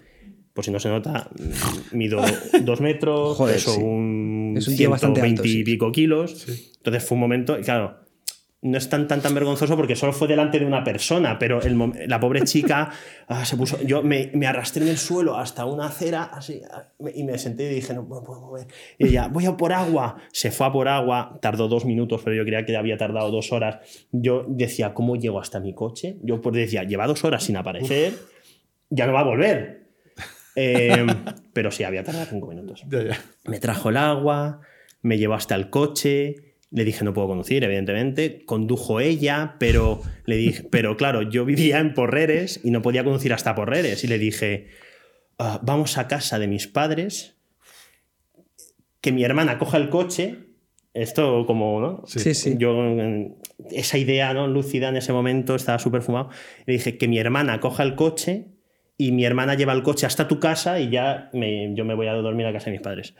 Speaker 3: por si no se nota,
Speaker 2: <laughs>
Speaker 3: mido dos metros,
Speaker 2: Joder,
Speaker 3: peso
Speaker 2: sí.
Speaker 3: un,
Speaker 2: Es un tío bastante alto,
Speaker 3: 120 y
Speaker 2: sí.
Speaker 3: pico kilos.
Speaker 1: Sí.
Speaker 3: Entonces fue un momento, y claro, no es tan, tan, tan vergonzoso porque solo fue delante de una persona, pero el mom- la pobre chica ah, se puso. Yo me, me arrastré en el suelo hasta una acera así, ah, me- y me senté y dije, no me puedo mover. Y ella, voy a por agua. Se fue a por agua, tardó dos minutos, pero yo creía que había tardado dos horas. Yo decía, ¿cómo llego hasta mi coche? Yo pues, decía, lleva dos horas sin aparecer, ya no va a volver. Eh, pero sí, había tardado cinco minutos.
Speaker 1: Ya, ya.
Speaker 3: Me trajo el agua, me llevó hasta el coche, le dije no puedo conducir, evidentemente, condujo ella, pero le dije, <laughs> pero claro, yo vivía en Porreres y no podía conducir hasta Porreres y le dije, "Ah, vamos a casa de mis padres, que mi hermana coja el coche, esto como, ¿no?
Speaker 1: Sí.
Speaker 2: Sí, sí.
Speaker 3: Yo, en- esa idea ¿no? lúcida en ese momento estaba súper fumado. Le dije que mi hermana coja el coche y mi hermana lleva el coche hasta tu casa y ya me- yo me voy a dormir a casa de mis padres.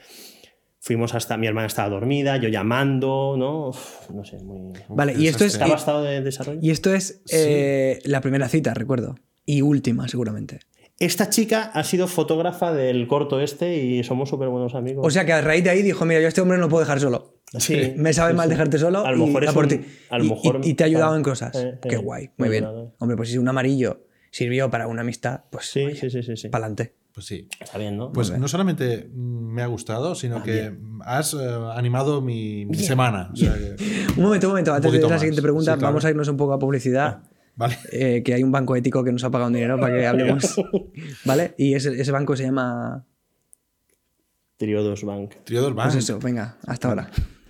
Speaker 3: Fuimos hasta, mi hermana estaba dormida, yo llamando, ¿no? Uf, no sé, muy.
Speaker 2: Vale, y esto es.
Speaker 3: ¿Estaba estado de desarrollo?
Speaker 2: Y esto es eh, la primera cita, recuerdo. Y última, seguramente.
Speaker 3: Esta chica ha sido fotógrafa del corto este y somos súper buenos amigos.
Speaker 2: O sea que a raíz de ahí dijo, mira, yo a este hombre no lo puedo dejar solo.
Speaker 3: Sí.
Speaker 2: Me sabe mal dejarte solo.
Speaker 3: A
Speaker 2: y
Speaker 3: lo mejor
Speaker 2: va
Speaker 3: es
Speaker 2: por
Speaker 3: un-
Speaker 2: ti.
Speaker 3: a lo
Speaker 2: Y- y-
Speaker 3: mejor-
Speaker 2: y, te ha ayudado
Speaker 3: claro.
Speaker 2: en cosas.
Speaker 3: Eh, eh,
Speaker 2: Qué guay, muy
Speaker 3: muy
Speaker 2: bien.
Speaker 3: claro.
Speaker 2: Hombre, pues si un amarillo sirvió para una amistad, pues
Speaker 3: sí, sí, sí, sí, sí.
Speaker 2: para adelante.
Speaker 1: Pues sí.
Speaker 3: Está bien, ¿no?
Speaker 1: Pues no solamente me ha gustado, sino
Speaker 2: Ah,
Speaker 1: que has eh, animado mi, mi semana. O
Speaker 2: <laughs>
Speaker 1: sea que-
Speaker 2: Un momento, un momento. Antes de
Speaker 1: poquito
Speaker 2: la
Speaker 1: más.
Speaker 2: siguiente pregunta,
Speaker 1: Sí, claro.
Speaker 2: vamos a irnos un poco a publicidad.
Speaker 3: Ah.
Speaker 1: vale.
Speaker 2: eh, que hay un banco ético que nos ha pagado un dinero
Speaker 3: <laughs>
Speaker 2: para que hablemos. ¿Vale? Y ese, ese banco se llama.
Speaker 3: Triodos Bank.
Speaker 1: Triodos Bank.
Speaker 3: Ah.
Speaker 2: Pues eso, venga, hasta ahora.